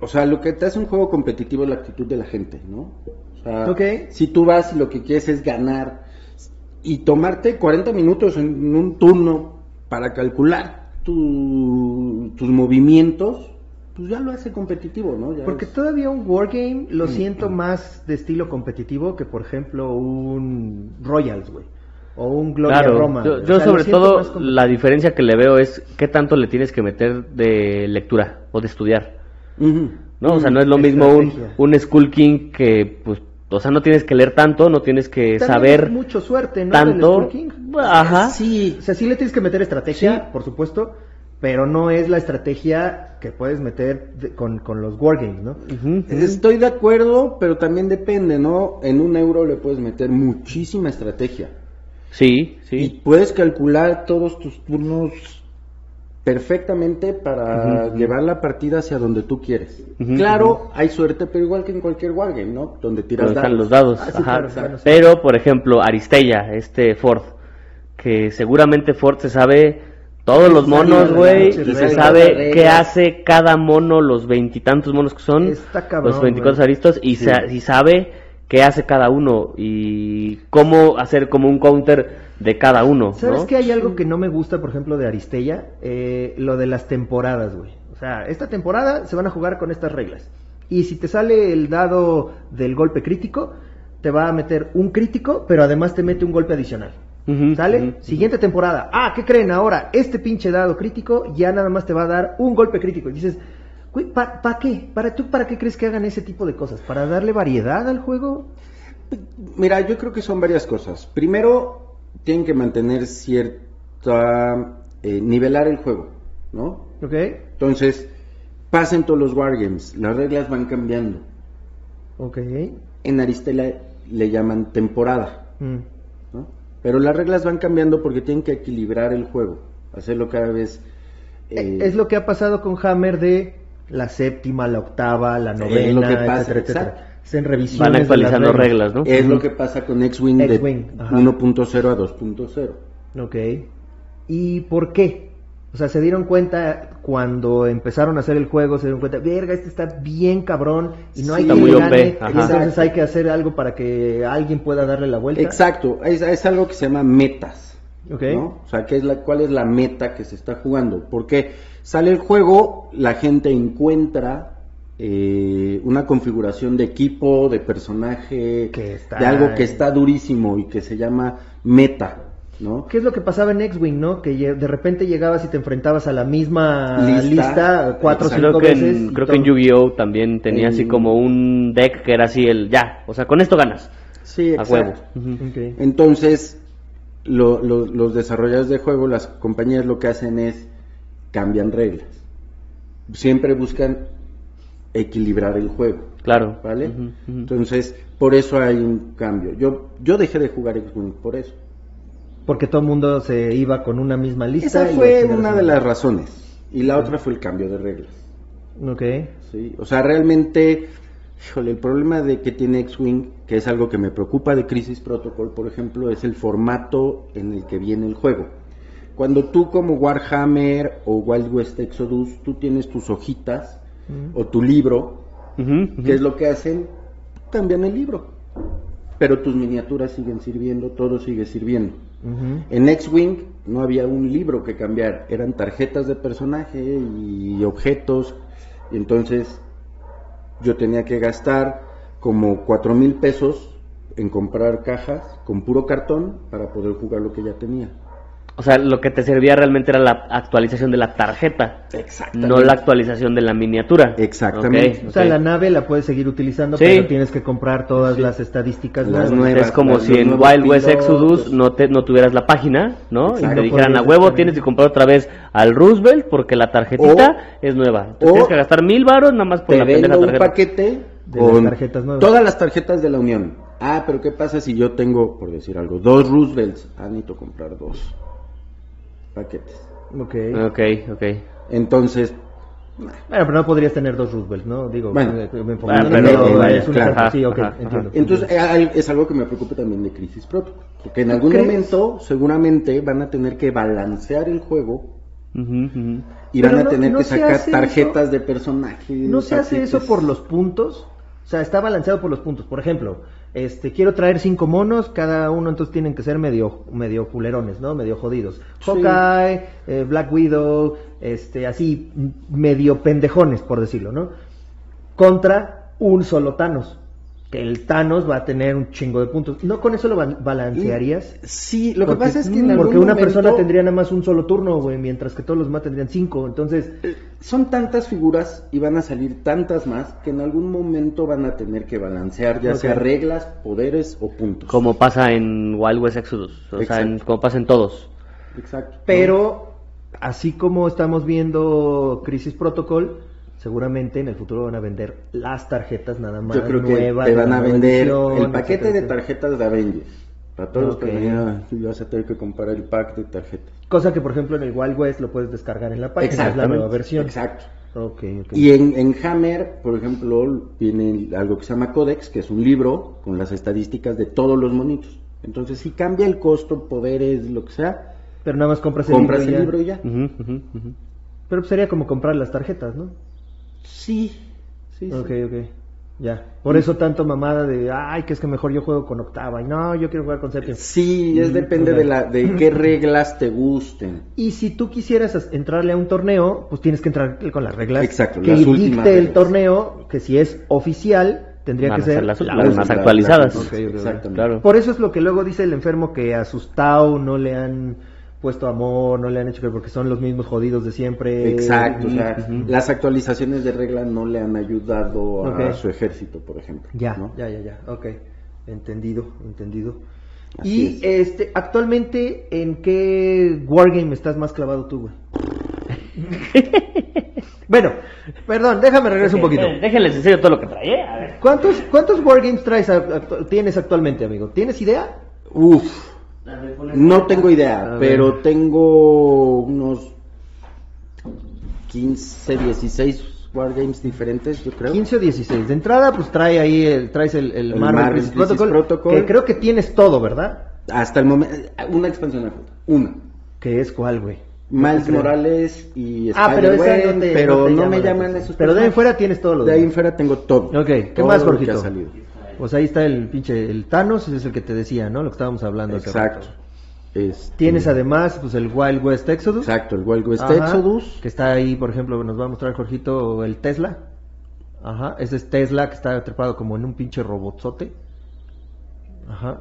o sea, lo que te hace un juego competitivo es la actitud de la gente, ¿no? O sea,
Ok.
si tú vas y lo que quieres es ganar y tomarte 40 minutos en un turno para calcular tu- tus movimientos, pues ya lo hace competitivo, ¿no? Ya
Porque
es-
todavía un Wargame lo
Mm.
siento más de estilo competitivo que, por ejemplo, un Royals, güey. O un Gloria
Claro,
Roma.
yo,
güey. O
yo
sea, lo
sobre
siento
todo
más competitivo.
la diferencia que le veo es qué tanto le tienes que meter de lectura o de estudiar,
Ujú.
¿no? O sea, no es lo
Mm,
mismo un,
estrategia.
un School King que, pues, o sea, no tienes que leer tanto, no tienes que
También
saber
es mucho suerte, ¿no? Del
tanto.
Skull King.
Ajá.
Ah, Sí,
O sea, sí le tienes que meter estrategia, por supuesto, pero no es la estrategia que puedes meter de- con, con los Wargames, ¿no?
Ujú.
Estoy de acuerdo, pero también depende, ¿no? En un euro le puedes meter muchísima estrategia.
Sí,
Y
sí.
puedes calcular todos tus turnos perfectamente para llevar la partida hacia donde tú quieres.
Ujú,
claro, hay suerte, pero igual que en cualquier wargame, ¿no? Donde tiras
Donde están
dados.
los dados.
Ah, sí,
ajá.
claro, claro, sí.
Pero, por ejemplo, Aristella, este Ford, que seguramente Ford se sabe todos los
Sí,
monos,
la
güey,
noche,
y se
reglas,
sabe
reglas.
qué hace cada mono, los veintitantos monos que son,
Está cabrón,
los veinticuatro
güey.
aristos, y,
Sí.
sa- y sabe qué hace cada uno y cómo hacer como un counter de cada uno,
¿Sabes
¿no?
que hay algo que no me gusta, por ejemplo, de Aristella? Eh, lo de las temporadas, güey. O sea, esta temporada se van a jugar con estas reglas. Y si te sale el dado del golpe crítico, te va a meter un crítico, pero además te mete un golpe adicional.
Ujú,
¿Sale?
ujú.
Siguiente temporada. Ah, ¿qué creen ahora? Este pinche dado crítico ya nada más te va a dar un golpe crítico. Y dices, güey, ¿para qué? ¿Para tú para qué crees que hagan ese tipo de cosas? ¿Para darle variedad al juego?
Mira, yo creo que son varias cosas. Primero, tienen que mantener cierta... eh, nivelar el juego, ¿no?
¿Ok?
Entonces, pasen todos los wargames, las reglas van cambiando.
Ok.
En Aristela le llaman temporada.
Mm.
¿no? Pero las reglas van cambiando porque tienen que equilibrar el juego, hacerlo cada vez. eh,
es lo que ha pasado con Hammer de la séptima, la octava, la novena,
lo que pasa,
etcétera,
exacto.
etcétera. Es en revisiones
Van
de
actualizando
las Eh,
reglas, ¿no?
es lo que pasa con X-Wing de
X-Wing, ajá.
1.0 a 2.0.
Ok. ¿Y por qué? O sea, se dieron cuenta cuando empezaron a hacer el juego, se dieron cuenta, verga, este está bien cabrón y no hay
Sí,
que
está muy
OP, ajá.
entonces
Exacto.
hay que hacer algo para que alguien pueda darle la vuelta.
Exacto, es, es algo que se llama metas.
Ok.
¿no? O sea, ¿qué es la, ¿cuál es la meta que se está jugando? Porque sale el juego, la gente encuentra eh, una configuración de equipo, de personaje,
Que está-
de algo que está durísimo y que se llama meta. ¿no?
¿Qué es lo que pasaba en X-Wing, no? Que ye- de repente llegabas y te enfrentabas a la misma
Lista.
lista, cuatro o
Exacto.
cinco
Creo que,
veces.
en,
y
creo que en
todo.
Yu-Gi-Oh! también tenía así
En-
como un deck que era así el ya, o sea, con esto ganas,
Sí,
a huevo.
exacto.
Ujú.
Ok.
Entonces, lo- lo- los desarrolladores de juego, las compañías lo que hacen es cambian reglas. Siempre buscan equilibrar el juego,
Claro.
¿vale?
Ujú, ujú.
Entonces, por eso hay un cambio. Yo, yo dejé de jugar X-Wing por eso.
Porque todo el mundo se iba con una misma lista.
Esa
y la
fue
chingada
una
su
de
madre.
las razones. Y la otra fue el cambio de reglas.
Ok.
¿sí? O sea, realmente, híjole, el problema de que tiene X-Wing, que es algo que me preocupa de Crisis Protocol, por ejemplo, es el formato en el que viene el juego. Cuando tú como Warhammer o Wild West Exodus, tú tienes tus hojitas
Mm.
o tu libro,
Ujú, ujú.
¿qué es lo que hacen? Cambian el libro. Pero tus miniaturas siguen sirviendo, todo sigue sirviendo.
Ujú.
En X-Wing no había un libro que cambiar, eran tarjetas de personaje y objetos. Y entonces yo tenía que gastar como cuatro mil pesos en comprar cajas con puro cartón para poder jugar lo que ya tenía.
O sea, lo que te servía realmente era la actualización de la tarjeta,
Exactamente.
no la actualización de la miniatura.
Exactamente.
Ok,
O sea,
ok.
la nave la puedes seguir utilizando,
Sí.
pero tienes que comprar todas las estadísticas nuevas.
Las nuevas.
es como
las-
si
los
en
nuevos
Wild West
pilotos.
Exodus no, te, no tuvieras la página, ¿no? y te
Exacto,
dijeran, a
podrías
huevo,
estar
tienes
bien".
que comprar otra vez al Roosevelt porque la tarjetita es nueva. Entonces
o-
tienes que gastar mil baros nada más por
Te
la pendeja
vendo un
tarjeta.
paquete
De las
con
tarjetas nuevas.
todas las tarjetas de la Unión. Ah, pero ¿qué pasa si yo tengo, por decir algo, dos Roosevelts? Ah, necesito comprar dos paquetes.
Ok.
Ah. Ok, ok.
Entonces,
Bueno, pero no podrías tener dos Roosevelt, ¿no? Digo,
Bueno.
eh, me enfoco
Bueno, Ah,
en-
pero,
en- en-
vaya,
es un
claro.
ejemplo. Sí, ok,
Ajá, ajá.
entiendo.
Entonces eh, al- es algo que me preocupa también de Crisis Protocol, porque en algún
crees?
momento seguramente van a tener que balancear el juego
Ujú, ujú.
y
Pero
van
no-
a tener
no
que
se
sacar
hace
tarjetas de personajes.
No se hace
paquetes.
eso por los puntos. O sea, está balanceado por los puntos. Por ejemplo, este, quiero traer cinco monos, cada uno entonces tienen que ser medio, medio culerones, ¿no? Medio jodidos.
Sí.
Hawkeye, eh, Black Widow, este, así, m- medio pendejones, por decirlo, ¿no? Contra un solo Thanos. Que el Thanos va a tener un chingo de puntos. ¿No con eso lo ba- balancearías?
Sí, lo que
Porque-
pasa es que en
mm,
algún
Porque una
momento
persona tendría nada más un solo turno, güey, mientras que todos los demás tendrían cinco. Entonces,
son tantas figuras y van a salir tantas más que en algún momento van a tener que balancear ya
Ok.
sea reglas, poderes o puntos.
Como pasa en Wild West Exodus. O sea, en-
Exacto.
como pasa en todos.
Exacto.
Pero así como estamos viendo Crisis Protocol, seguramente en el futuro van a vender las tarjetas nada más.
Yo creo que
nuevas,
te
de la
van a
nueva
vender
edición,
el paquete de
etcétera,
tarjetas de Avengers. Para todos
Ok.
los que venían, sí, vas a tener que comprar el pack de tarjetas.
etcétera. Cosa que, por ejemplo, en el Wild West lo puedes descargar en la página, es la
Exactamente,
nueva versión.
Exacto.
Ok, ok.
Y en, en Hammer, por ejemplo, viene algo que se llama Codex, que es un libro con las estadísticas de todos los monitos. Entonces, si cambia el costo, poderes, lo que sea,
Pero nada más compras el
compras el
libro. y ya.
libro y ya.
Ujú, ujú, ujú.
Pero pues sería como comprar las tarjetas, ¿no?
Sí, sí, sí.
Ok, ok. Ya. Por eso tanto mamada de, ay, que es que mejor yo juego con octava. Y no, yo quiero jugar con séptima.
Sí,
Mm,
es depende de, la, de qué reglas te gusten.
Y si tú quisieras as- entrarle a un torneo, pues tienes que entrar con las reglas
Exacto,
que
las últimas
dicte el
reglas.
torneo, que si es oficial, tendría
Van
que
a ser
ser
las-
la
las
última.
más actualizadas.
Ok, ok, ok. Exactamente.
Claro.
Por eso es lo que luego dice el enfermo que a sus Tao no le han puesto amor, no le han hecho que porque son los mismos jodidos de siempre.
Exacto, o
Eh,
sea,
ujú.
las actualizaciones de regla no le han ayudado a
Ok.
su ejército, por ejemplo.
Ya,
¿no?
ya, ya, ya. Ok. Entendido, entendido. y
Así
este, actualmente, ¿en qué Wargame estás más clavado tú, güey? bueno, perdón, déjame regreso un poquito.
Eh, Déjenles en serio todo lo que trae. ¿eh? A ver.
¿Cuántos, cuántos wargames traes a- actu- tienes actualmente, amigo? ¿Tienes idea?
Uf, no tengo idea,
A ver.
pero tengo unos 15, 16 wargames diferentes, yo creo.
15 o 16. De entrada, pues trae ahí, el, traes el, el
El
Marvel,
Marvel
Crisis
Crisis
Protocol,
Protocol.
Que creo que tienes todo, ¿verdad?
Hasta el momento, una expansión me falta, una.
Que es cuál, güey.
Miles
creo.
Morales y
Ah, pero esa
Spider-Man,
no te-
pero
no
no,
te llama
me
la
llaman
atención.
esos
Pero de ahí en
personajes.
fuera tienes todo lo
De ahí en
demás.
fuera tengo todo.
Ok, ¿qué
Todo
más,
lo que ha
Jorgito?
salido.
Pues ahí está el pinche, el Thanos, ese es el que te decía, ¿no? Lo que estábamos hablando. hace
Exacto.
rato.
Este-
Tienes además, pues el Wild West Exodus.
Exacto, el Wild West
Ajá,
este Exodus.
Que está ahí, por ejemplo, nos va a mostrar Jorgito el Tesla. Ajá, ese es Tesla que está trepado como en un pinche robotzote. Ajá,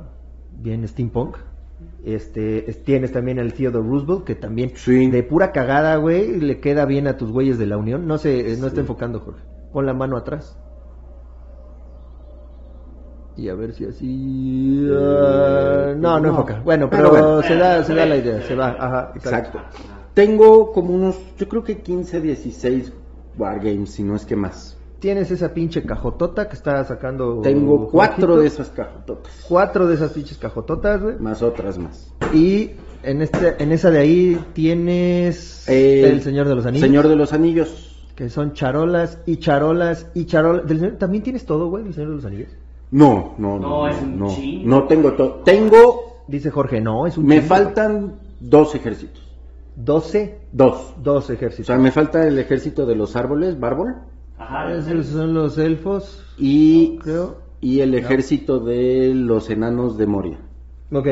bien steampunk. Este, es- tienes también al Theodore Roosevelt, que también
Sí.
de pura cagada, güey, le queda bien a tus güeyes de la Unión. No se, eh, no está enfocando, Jorge. Pon la mano atrás. Y a ver si así. ah, no, no,
Eh, no.
enfoca. Bueno, pero,
Pero bueno.
se da, se da la idea, se va. Ajá,
Exacto. Tengo como unos, yo creo que 15, 16 wargames, si no es que más.
Tienes esa pinche cajotota que está sacando.
Tengo cuatro
Oh, Jorgito.
de esas cajototas,
Cuatro de esas pinches cajototas, güey.
más otras más.
Y en, este, en esa de ahí tienes.
Eh,
el Señor de los Anillos.
Señor de los Anillos.
Que son charolas y charolas y charolas. Del señor- ¿También tienes todo, güey, del Señor de los Anillos?
No, no, no.
No,
No,
es un
no,
chingo.
No tengo todo. Tengo,
Dice Jorge, no, es un.
me
chingo,
faltan dos ejércitos.
güey. 12,
Dos.
dos
O
ejércitos. Ah,
sea, me falta el ejército de los árboles, Bárbol,
Esos son los elfos,
y,
creo.
y el ejército de los enanos de Moria.
Ok.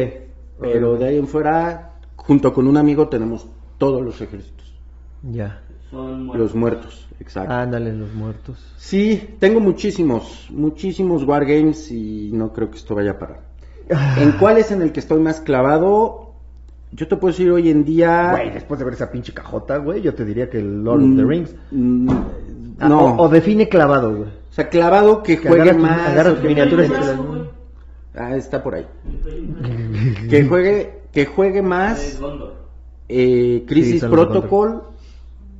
Pero de ahí en fuera, junto con un amigo, tenemos todos los ejércitos.
Ya.
Son
Los muertos, exacto.
Ándale, los muertos.
Sí, tengo muchísimos, muchísimos wargames y no creo que esto vaya a parar. ¿En
Ah.
cuál es en el que estoy más clavado? Yo te puedo decir hoy en día...
Güey, después de ver esa pinche cajota, güey, yo te diría que el Lord of the
Mm,
Rings.
mm,
Ah,
no,
O, o define clavado, güey.
o sea, clavado que,
Que
juegue
agarra tu-
más...
agarra
o
tus
que-
miniaturas y te las-
Ah, está por ahí. que juegue que juegue más eh,
Sí,
Crisis
Sons of
Protocol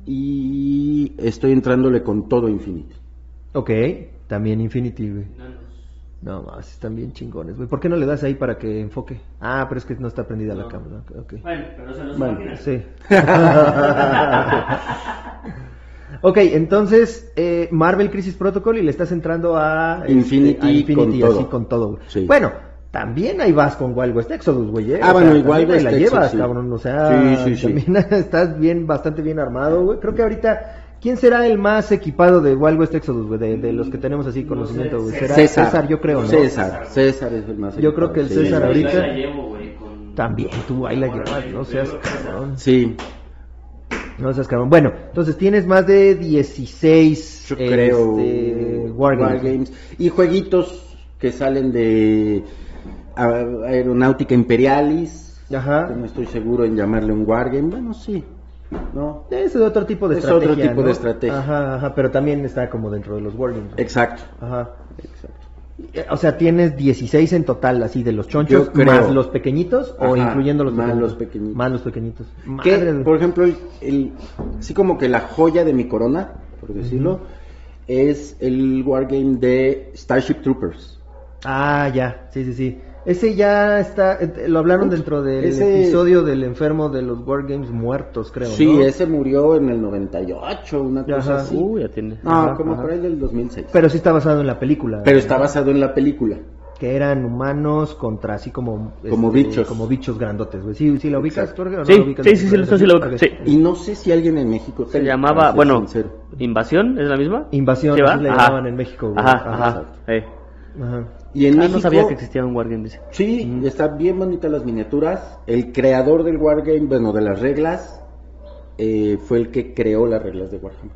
y estoy entrándole con todo Infinity.
Ok, también Infinity, güey. No, más, están bien chingones, güey. ¿Por qué no le das ahí para que enfoque? Ah, pero es que no está prendida la cámara. Ok.
Bueno, pero eso no es
Bueno,
página.
Sí. ok, entonces eh, Marvel Crisis Protocol y le estás entrando a este,
Infinity
a
con
así
todo.
con todo. güey.
Sí.
Bueno, también ahí vas con Wild West Exodus, güey. eh.
Ah,
O
bueno,
sea,
y Wild
también ahí
West
la
Exodus,
llevas,
sí.
cabrón. O sea,
Sí, sí, sí.
también estás bien, bastante bien armado, güey. Creo que ahorita. ¿Quién será el más equipado de Wild West Exodus, güey? De, de los que tenemos así
No
conocimiento,
sé,
güey.
César.
¿Será César, yo creo, ¿no?
César, César es el más
Yo creo que el
equipado, sí.
César
Yo ahí
ahorita-
la llevo, güey, con-
También, tú ahí la
Bueno,
llevas, no
yo
seas
creo que
cabrón.
Sí,
No seas cabrón. Bueno, entonces tienes más de 16
yo creo
este, wargames.
wargames. y jueguitos que salen de a- Aeronáutica Imperialis.
Ajá.
que No estoy seguro en llamarle un wargame, bueno, sí. No,
Es otro tipo de
Es
estrategia.
otro tipo
¿no?
de estrategia.
Ajá, ajá, pero también está como dentro de los wargames. ¿no?
exacto,
Ajá.
exacto.
Eh, O sea, tienes 16 en total, así de los chonchos,
Yo creo.
más los pequeñitos o
Ajá,
incluyendo los
más
pequeñitos.
los pequeñitos.
Más los pequeñitos.
que,
Madre de-
por ejemplo, el, el- sí como que la joya de mi corona, por decirlo, es el wargame de Starship Troopers.
Ah, ya. Sí, sí, sí. Ese ya está. eh, Lo hablaron dentro del
Ese-
episodio del enfermo de los wargames muertos, creo.
sí,
¿no?
ese murió en el 98, una cosa
Ajá.
así.
Uh, ya tiene.
no,
Ajá,
como
ajá.
por ahí del 2006. Pero,
Pero sí está basado en la película.
está basado en la película.
que eran humanos contra así como este,
Como bichos.
como bichos grandotes güey sí sí la ubicas
Exacto.
Jorge, o no
Sí,
la ubicas?
sí, sí, sí, eso sí lo-
Ok.
sí.
Y no sé si alguien en México
Se
tenga,
llamaba,
para ser
bueno,
sincero.
invasión, ¿es la misma?
invasión
¿Sí va?
así le
Ajá.
llamaban en México güey.
Ajá, ajá. eh.
Ajá.
Y en
Ah,
México,
no sabía que existía un Wargame, dice.
Sí, y están bien bonitas las miniaturas. El creador del wargame, bueno, de las reglas, eh, fue el que creó las reglas de Warhammer.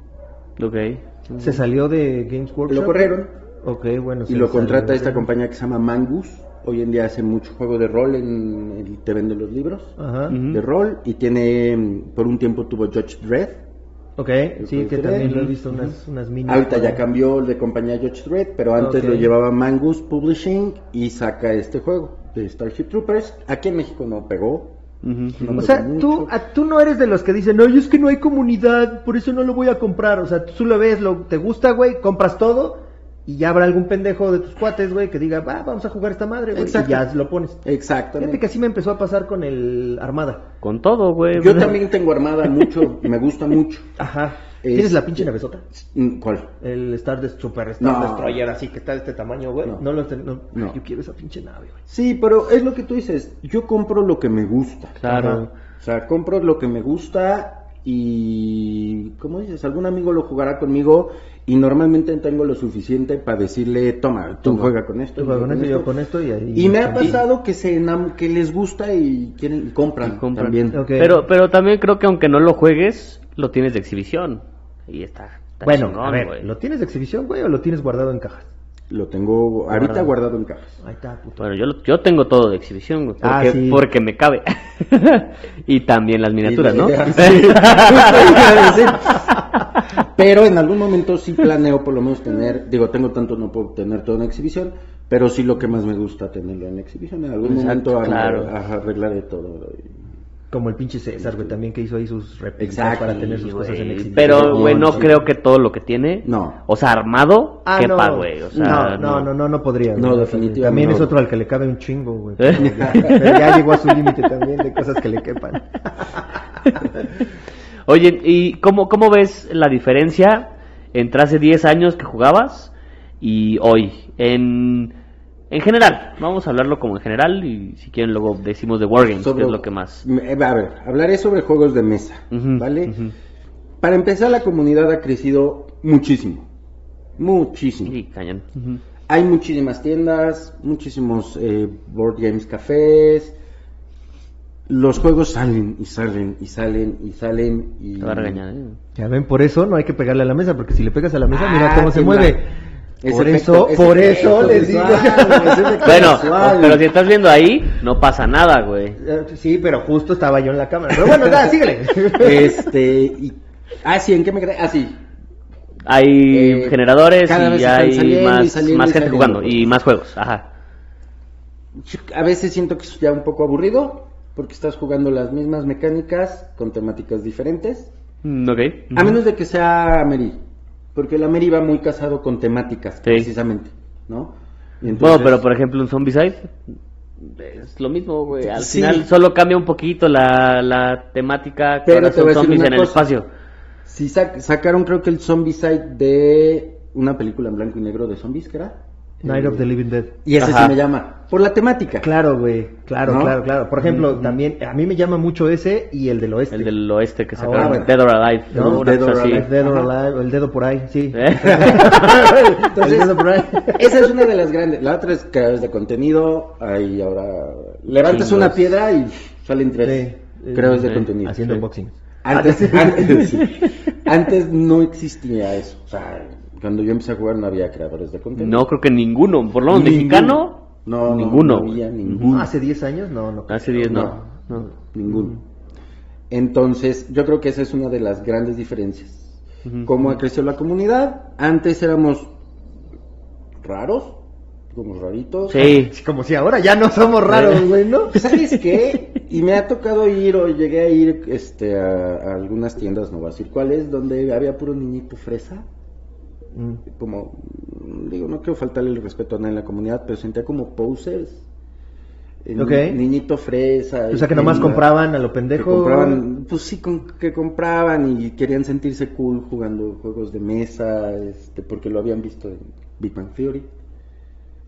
Ok.
se salió de Games Workshop
Lo corrieron.
Ok, bueno
Y
se
lo
salió.
contrata esta compañía que se llama Mangus. Hoy en día hace mucho juego de rol en el- te venden los libros
ajá
Ujú.
de rol y tiene mm, por un tiempo tuvo Judge Dredd.
ok sí que también lo he visto unas unas mini
Ahorita ya cambió de compañía Judge Dredd, pero antes
Ok.
lo llevaba Mangus Publishing y saca este juego de Starship Troopers. Aquí en México no pegó.
Ujú.
no
o
pegó
sea,
mucho.
tú, ah, a- tú no eres de los que dicen, no, yo es que no hay comunidad, por eso no lo voy a comprar. O sea, tú lo ves, lo, te gusta, güey, compras todo y ya habrá algún pendejo de tus cuates, güey, que diga, va, vamos a jugar esta madre, güey, y
Exacto.
ya lo pones. Fíjate
Exactamente.
que así me empezó a pasar con el Armada.
Con todo, güey.
Yo también tengo armada mucho, me gusta mucho.
Ajá. Este ¿Tienes
Es-
la pinche navesota?
Mm, ¿Cuál?
El Star Destroyer, Super Star
No.
Destroyer, así que está de este tamaño, güey. No,
No.
lo ten- no.
No.
Ay, Yo quiero esa pinche nave, güey.
Sí, pero es lo que tú dices. Yo compro lo que me gusta.
Claro.
O sea, compro lo que me gusta y, ¿cómo dices? Algún amigo lo jugará conmigo y normalmente tengo lo suficiente para decirle, toma, tú
Toma.
juega con esto.
Yo con esto, Pues, yo con esto y ahí.
Y me ha pasado que se enam- que les gusta y quieren y compran,
Y compran.
también.
Ok.
Pero, pero también creo que aunque no lo juegues, lo tienes de exhibición. Y está. está
Bueno,
chingón,
a ver,
güey.
¿lo tienes de exhibición, güey, o lo tienes guardado en cajas?
Lo tengo ahorita
Guardado.
guardado en cajas.
Ahí está, pues. puto.
Bueno, yo, lo- yo tengo todo de exhibición, güey.
Ah,
Porque,
sí.
porque me cabe. y también las miniaturas, ¿no?
Sí, justo iba a decir. Pero en algún momento sí planeo por lo menos tener, digo, tengo tanto, no puedo tener todo en exhibición, pero sí lo que más me gusta tenerlo en exhibición. En algún
Exacto,
momento arreglar-
claro.
ajá, arreglaré todo.
Como el pinche César, güey, también que hizo ahí sus réplicas
Exacto,
para tener sus
Sí, güey.
cosas en exhibición.
Pero, güey,
No,
no
sí.
creo que todo lo que tiene.
No.
O sea, armado,
Ah,
quepa,
no.
güey. O sea,
no, no, no, no, no podría. güey.
No, definitivamente
También
no.
es otro al que le cabe un chingo, güey.
¿Eh?
Pero ya llegó a su límite también de cosas que le quepan.
Oye, ¿y cómo, cómo ves la diferencia entre hace 10 años que jugabas y hoy? En, en general, vamos a hablarlo como en general y si quieren luego decimos de Wargames, que
Sobre-
es lo que más.
Eh, A ver, hablaré sobre juegos de mesa,
Ujú,
¿vale?
ujú.
Para empezar, la comunidad ha crecido muchísimo. Muchísimo.
Sí, cañón. Ujú.
Hay muchísimas tiendas, muchísimos eh, board games cafés, los juegos salen y salen y salen y salen y...
Te va a regañar, ¿eh?
Ya ven, por eso no hay que pegarle a la mesa, porque si le pegas a la mesa, mira
Ah,
cómo se
sí,
mueve.
Ese
por
efecto-
eso,
ese
por
efecto
eso les digo.
visual, güey, ese efecto
Bueno,
visual.
pero si estás viendo ahí, no pasa nada, güey.
Eh, Sí, pero justo estaba yo en la cámara. Pero bueno, nada, síguele.
Este, y... Ah, sí, ¿en qué me quedé? Ah, sí.
Hay
Eh,
generadores
cada vez
y
están
hay
saliendo y
más,
saliendo
más
y
gente
saliendo.
jugando y más juegos. Ajá.
Yo a veces siento que es ya un poco aburrido porque estás jugando las mismas mecánicas con temáticas diferentes.
Mm, ok.
A menos de que sea Meri, porque el Meri va muy casado con temáticas,
Sí.
precisamente, ¿no? Y
Bueno,
entonces-
pero por ejemplo, un Zombicide es lo mismo, güey. Al
Sí.
final solo cambia un poquito la, la temática. que
Pero
ahora
te
son
voy a decir
zombies
una
en el
cosa.
espacio. pues,
Sí, sac- sacaron creo que el Zombicide de una película en blanco y negro de zombies, ¿qué era?
Night of the Living Dead.
Y ese
Ajá.
sí me llama, por la temática.
Claro, güey. Claro,
¿No?
claro, claro. Por ejemplo, también a mí me llama mucho ese y el del oeste.
El del oeste que
Ah,
sacaron.
bueno.
Dead or Alive.
¿No?
una
Dead
cosa
or
así.
El dedo
Ajá.
alive, o el dedo por ahí, sí.
¿Eh?
el dedo por ahí.
Esa es una de las grandes. La otra es creadores de contenido. Ahí ahora levantas
Chingos.
una piedra y salen tres.
Sí.
creadores de
Sí.
contenido.
Haciendo
Sí.
boxing.
Ah,
Antes, antes, sí. Antes no existía eso. O sea, cuando yo empecé a jugar no había creadores de contenido.
No creo que ninguno. Por lo menos
Ninguno.
mexicano.
No, no,
ninguno.
no había
güey.
ninguno.
¿Hace 10 años? No, no.
Hace 10 no.
No.
No.
Ninguno. Entonces, yo creo que esa es una de las grandes diferencias.
Ujú.
Cómo ha crecido la comunidad. Antes éramos raros, como raritos. Pues,
Sí.
Como si ahora ya no somos raros,
Sí.
güey, ¿no?
¿Sabes qué? Y me ha tocado ir o llegué a ir este, a, a algunas tiendas, no voy a decir cuáles, donde había puro niñito fresa.
Mm.
Como, mm, digo, no quiero faltarle el respeto a nadie en la comunidad, pero sentía como posers. Eh, ni-
Ok.
Niñito fresa.
O sea, que
y-
nomás
y-
compraban a lo
que
pendejo.
compraban, pues sí, con- que compraban y querían sentirse cool jugando juegos de mesa, este, porque lo habían visto en Big Bang Theory.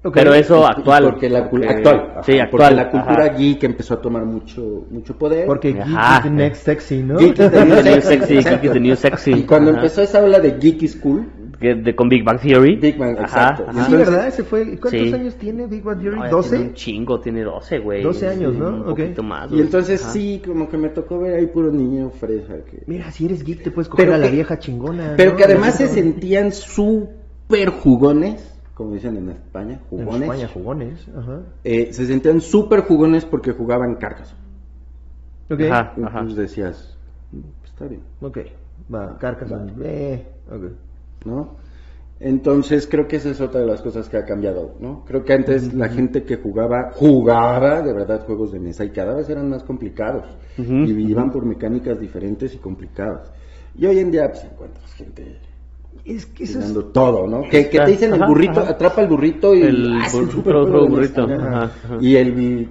Ok.
Pero eso
Y- y
actual.
Porque la, cul-
Porque-
actual, ajá,
Sí,
porque
actual.
la cultura
ajá.
geek empezó a tomar mucho, mucho poder.
Porque Geek
Ajá.
is the Next Sexy, ¿no?
Geek is the
Geek is the new sexy,
Exacto.
geek is the new sexy.
Y cuando
Ajá.
empezó esa ola de geek is cool,
Que- de- con Big Bang Theory.
Big Bang,
Ajá,
exacto.
ajá.
Y
Sí,
entonces-
¿verdad? Ese fue. ¿Cuántos
Sí.
años tiene Big Bang Theory?
No, ya Tiene un
¿12?
chingo, tiene 12, güey.
12 años, ¿no?
Un
Ok.
poquito más.
y
güey.
entonces
Ajá.
sí, como que me tocó ver ahí puro niño fresa. que-
Mira, si eres geek te puedes coger
Pero
a la
que-
vieja chingona.
Pero
¿no?
que además se
Eso.
sentían súper jugones, como dicen en España,
En
jugones.
España, jugones. Ajá.
Eh, se sentían súper jugones porque jugaban cargas.
Ok.
Ajá.
Entonces decías, "Mm, está bien,
Ok. Va, Carcassonne. Eh, ok.
¿no? Entonces creo que esa es otra de las cosas que ha cambiado, ¿no? Creo que antes la gente que jugaba, jugaba de verdad juegos de mesa y cada vez eran más complicados.
Ujú.
Y iban por mecánicas diferentes y complicadas. Y hoy en día pues encuentras gente
Es que eso es
jugando todo, ¿no? Que, que
Claro.
te dicen el
Ajá,
burrito,
ajá.
atrapa el burrito y...
El
¡ah, es
burro-
un super
otro
juego de
burrito,
mesa!
ajá, ajá.
Y el...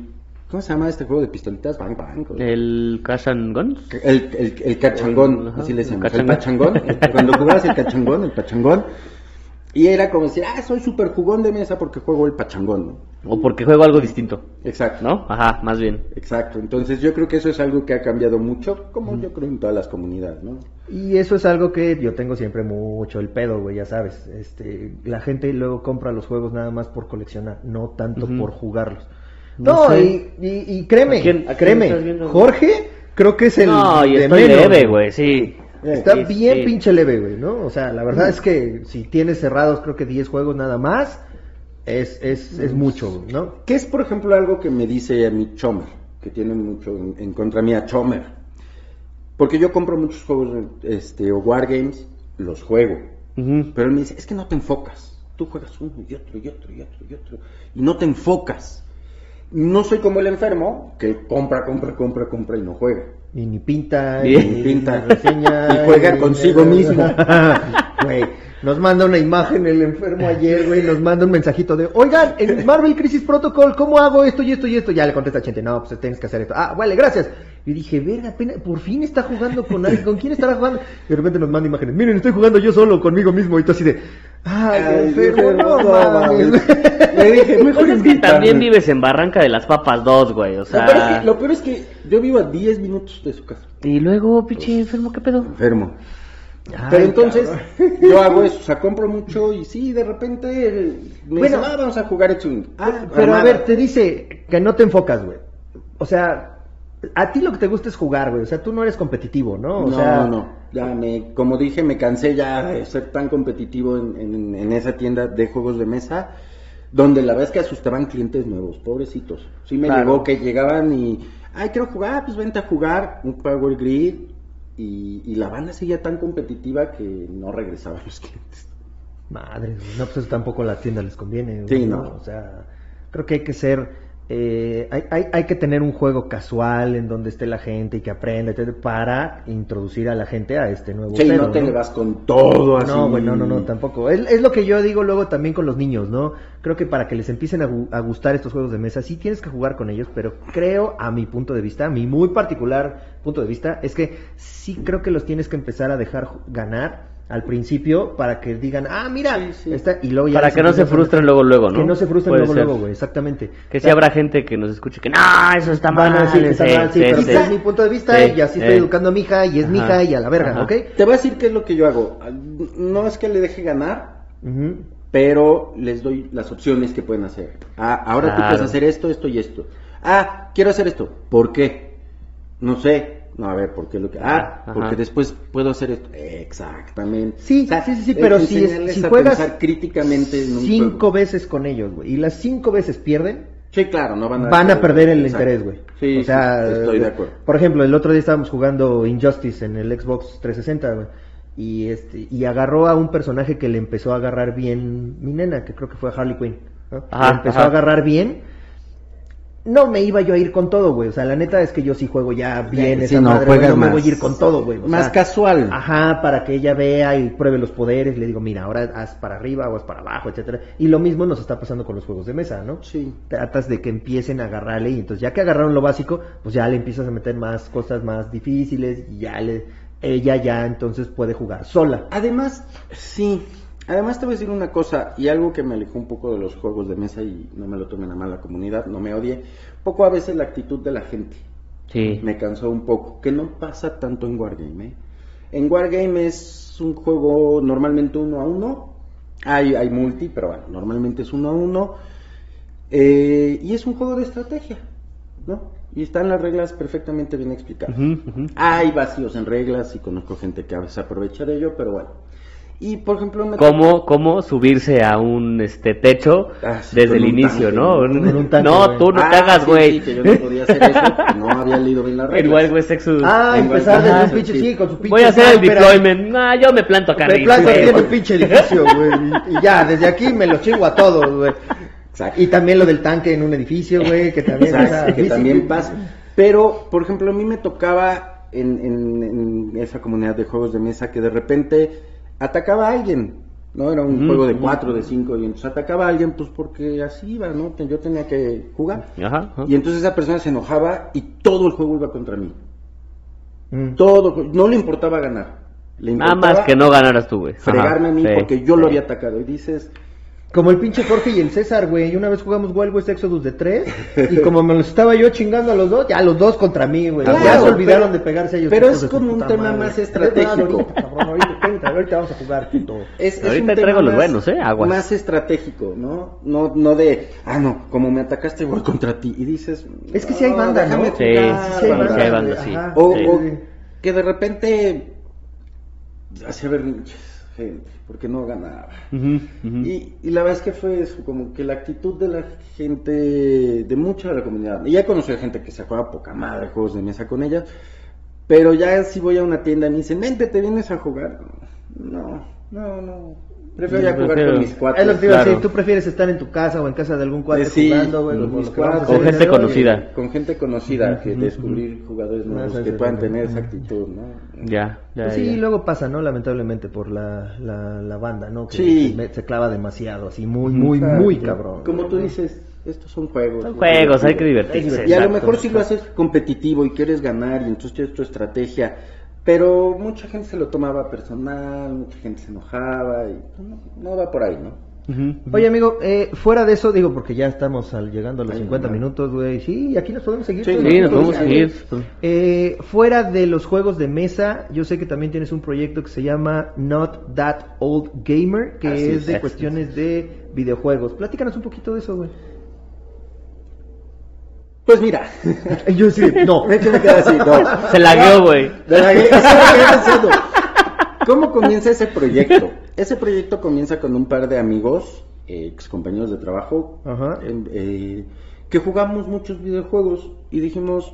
¿Cómo se llama este juego de pistolitas? Bang, bang. o-
El Cash and Guns.
El, el, el cachangón,
Ajá,
así le decíamos,
Eh. el
el pachangón. Cuando jugabas el cachangón, el pachangón. Y era como decir, ah, soy super jugón de mesa porque juego el pachangón. ¿no?
O porque juego algo distinto.
Exacto.
¿No? Ajá, más bien.
Exacto. Entonces yo creo que eso es algo que ha cambiado mucho, como yo creo en todas las comunidades, ¿no?
Y eso es algo que yo tengo siempre mucho el pedo, güey, ya sabes. Este, la gente luego compra los juegos nada más por coleccionar, no tanto
Ujú.
por jugarlos.
No
No,
sé.
y, y- y créeme,
¿A quién- a quién estás
créeme,
viendo?
Jorge creo que es el
no, y
de
estoy
menos,
leve, güey, sí.
Está
Sí,
bien
sí.
pinche leve, güey, ¿no? O sea, la verdad es que si tienes cerrados creo que 10 juegos nada más, es, es, es mucho, güey, ¿no?
Que es, por ejemplo, algo que me dice a mi Chomer, que tiene mucho en, en contra mía Chomer. Porque yo compro muchos juegos, este, o Wargames, los juego.
Ujú.
Pero él me dice, es que no te enfocas. Tú juegas uno y otro y otro y otro y otro. Y no te enfocas. No soy como el enfermo que compra, compra, compra, compra y no juega.
Y ni pinta,
Bien.
ni
Y pinta.
reseña,
Y juega
y-
consigo mismo.
Güey, nos manda una imagen el enfermo ayer, güey, nos manda un mensajito de, oigan, en Marvel Crisis Protocol, ¿cómo hago esto y esto y esto? Ya le contesta a gente, no, pues tienes que hacer esto. Ah, vale, gracias. Y dije, verga, apenas- por fin está jugando con alguien, ¿con quién estará jugando? Y de repente nos manda imágenes, miren, estoy jugando yo solo, conmigo mismo, y tú así de, ay, enfermo, no, mames".
Le dije, mejor
Pues es que
invítame".
también vives en Barranca de las Papas 2, güey, o
Lo peor, es
sea...
que, lo peor es que yo vivo a 10 minutos de su casa.
Y luego, pinche enfermo, ¿qué pedo?
Enfermo.
Ay,
Pero entonces yo hago eso, o sea, compro mucho y sí, de repente me
Bueno.
dice, "Ah, vamos a jugar X-Wing".
Ah, pero a
Armada.
ver, te dice que no te enfocas, güey. O sea, A ti lo que te gusta es jugar, güey. O sea, tú no eres competitivo, ¿no? O
no,
sea,
no, ya me, como dije, me cansé ya de ser tan competitivo en, en- en esa tienda de juegos de mesa, donde la verdad es que asustaban clientes nuevos, pobrecitos. Sí me
Claro.
llegó que llegaban y, ay, quiero jugar, pues vente a jugar, un Power Grid, y, y la banda seguía tan competitiva que no regresaban los clientes.
Madre, güey, no, pues eso tampoco a la tienda les conviene. güey,
Sí, no.
O sea, creo que hay que ser. eh, hay, hay- hay que tener un juego casual en donde esté la gente y que aprenda etcétera, para introducir a la gente a este nuevo
Sí,
cero,
no te le vas con todo así.
No, güey, no, no, no, tampoco. Es, es lo que yo digo luego también con los niños, ¿no? Creo que para que les empiecen a, gu- a gustar estos juegos de mesa, sí tienes que jugar con ellos, pero creo, a mi punto de vista, a mi muy particular punto de vista, es que sí creo que los tienes que empezar a dejar ju- ganar al principio para que digan, ah, mira,
Sí, sí.
está, y luego ya
Para
les
que no se
empiezas a-
frustren luego, luego, ¿no?
Que no se frustren
Puede
luego,
ser.
luego, güey, exactamente.
Que
O
si
sea,
habrá gente que nos escuche que no, eso está mal.
Van a decir que está
sí,
mal, sí,
sí,
pero
sí,
este es mi punto de vista
Sí,
y así estoy
eh.
educando a mi hija y es mi
Ajá,
hija y a la verga,
ajá.
¿ok?
Te voy a decir qué es lo que yo hago. No es que le deje ganar,
Ujú.
pero les doy las opciones que pueden hacer. Ah, ahora tú
Claro.
puedes hacer esto, esto y esto. Ah, quiero hacer esto. ¿Por qué? No sé. No, a ver, ¿por qué lo que.? Ah,
Ajá.
porque después puedo hacer esto. Exactamente.
Sí, sí, sí, sí, pero
es
si es-
enseñarles
si
a
juegas
pensar críticamente en un
cinco
juego.
veces con ellos, güey. Y las cinco veces pierden,
Sí, claro, no van a.
van a perder el
Exacto.
interés, güey.
Sí,
o sea,
sí, estoy de acuerdo.
Por ejemplo, el otro día estábamos jugando Injustice en el Xbox 360, güey. Y, este, y agarró a un personaje que le empezó a agarrar bien mi nena, que creo que fue a Harley Quinn. ¿no?
Ajá,
le empezó
ajá.
a agarrar bien. No me iba yo a ir con todo, güey. O sea, la neta es que yo sí juego ya bien
Sí,
esa
no,
madre, güey.
juegas
no me
más-
voy a ir con todo, güey. O
Más
sea, ah.
casual.
Ajá, para que ella vea y pruebe los poderes. Le digo, mira, ahora haz para arriba o haz para abajo, etcétera. Y lo mismo nos está pasando con los juegos de mesa, ¿no?
Sí.
Tratas de que empiecen a agarrarle y entonces ya que agarraron lo básico, pues ya le empiezas a meter más cosas más difíciles y ya le, ella ya entonces puede jugar sola.
Además, sí. Además te voy a decir una cosa y algo que me alejó un poco de los juegos de mesa y no me lo tomen a mal la comunidad, no me odie. Poco a veces la actitud de la gente
Sí.
me cansó un poco, que no pasa tanto en Wargame. ¿eh? En Wargame es un juego normalmente uno a uno, hay, hay multi, pero bueno, normalmente es uno a uno, eh, y es un juego de estrategia, ¿no? Y están las reglas perfectamente bien explicadas.
Ujú, ujú.
Hay vacíos en reglas y conozco gente que se aprovecha de ello, pero bueno. Y por ejemplo, me
cómo, cómo subirse a un este techo
Ah, sí,
desde
con
el
un
inicio,
tanque,
¿no?
¿no?
Con un tanque,
no,
güey.
tú no
Ah,
te hagas,
sí,
güey.
sí, que yo no podía hacer eso, porque no había leído bien las reglas.
Igual, güey, Sexus.
Ah,
Ahí
empezar
va.
desde
Ajá.
un pinche, sí, con su pinche.
Voy a hacer el
sniper ahí.
deployment. Ah, yo me planto acá.
Me
arriba,
planto
güey.
aquí en tu pinche edificio, güey. Y ya, desde aquí me lo chingo a todos, güey.
Exacto.
Y también lo del tanque en un edificio, güey, que también.
Exacto,
o sea,
que
sí, sí.
también pasa. Pero, por ejemplo, a mí me tocaba en, en- en esa comunidad de juegos de mesa que de repente atacaba a alguien. No era un
Ujú,
juego de
ujú.
cuatro, de cinco, y entonces atacaba a alguien, pues porque así iba, ¿no? Yo tenía que jugar.
Ajá, ajá.
Y entonces esa persona se enojaba y todo el juego iba contra mí.
Mm.
Todo, no le importaba ganar. Le
Nada
importaba
más que no ganaras tú, güey. Ajá,
fregarme a mí
sí,
porque yo lo
sí.
había atacado. Y dices,
Como el pinche Jorge y el César, güey. Una vez jugamos Wild West Exodus de tres y como me los estaba yo chingando a los dos, ya los dos contra mí, güey.
Claro,
ya se olvidaron
pero-
de pegarse a ellos.
pero
hijos
es
de su
como un
puta
tema más estratégico.
Ahorita, cabrón, ahorita, entra, ahorita vamos a jugar, puto.
Es, es
Ahorita
un tema
traigo los
más-
buenos, ¿eh? Aguas.
Más estratégico, ¿no? No no de, ah, no, como me atacaste, voy contra ti. Y dices,
Es que sí hay
"No,
banda, ¿no?
déjame
Sí,
jugar,
sí,
banda".
sí hay banda, sí.
Ajá.
O,
Sí.
o que de repente hacía berrinches, gente, porque no ganaba.
Ujú, ujú.
Y, y la verdad es que fue eso, como que la actitud de la gente, de mucha de la comunidad. Y ya conocí a gente que se juega poca madre juegos de mesa con ella, pero ya si voy a una tienda y me dicen, vente, te vienes a jugar. No, no, no. Prefiero
Sí,
ya jugar
prefiero-
con mis cuatro.
Es lo que te iba a decir,
Claro.
tú prefieres estar en tu casa o en casa de algún cuate
Pues Sí,
jugando, güey,
con
como
mis
lo que vamos a hacer
cuates.
Con
el
gente
día de hoy.
conocida.
Con gente conocida, que descubrir jugadores
No,
nuevos
sí,
que
sí,
puedan
sí.
tener esa actitud, ¿no?
Ya, ya.
Pues sí,
ya.
luego pasa, ¿no? Lamentablemente por la, la, la banda, ¿no? Que
Sí.
se, me- se clava demasiado, así, muy, muy,
O sea,
muy cabrón.
Como tú dices, estos son juegos.
Son
¿no?
juegos, hay que
Sí,
divertirse.
Y a lo
exacto.
mejor si lo haces competitivo y quieres ganar y entonces tienes tu estrategia, pero mucha gente se lo tomaba personal, mucha gente se enojaba y pues no, no va por ahí, ¿no?
Ujú, ujú.
Oye, amigo, eh, fuera de eso, digo, porque ya estamos al- llegando a los
Ay,
50
mamá.
minutos, güey. Sí, y aquí nos podemos seguir.
Sí,
todos
Sí,
los
nos
putos
vamos a
días,
ir.
güey. Eh, fuera de los juegos de mesa, yo sé que también tienes un proyecto que se llama Not That Old Gamer, que
Así
es de
es.
cuestiones de videojuegos. Platícanos un poquito de eso, güey.
Pues mira,
Yo sí, no.
me me quedé así, no.
Se la vio, güey.
De la que- eso es lo que estoy pensando. ¿Cómo comienza ese proyecto? Ese proyecto comienza con un par de amigos, ex compañeros de trabajo,
Ajá.
en- eh, que jugamos muchos videojuegos y dijimos,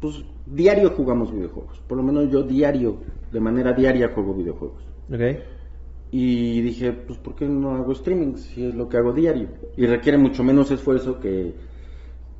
pues diario jugamos videojuegos. Por lo menos yo diario, de manera diaria juego videojuegos.
Ok.
Y dije, pues ¿por qué no hago streaming si es lo que hago diario? Y requiere mucho menos esfuerzo que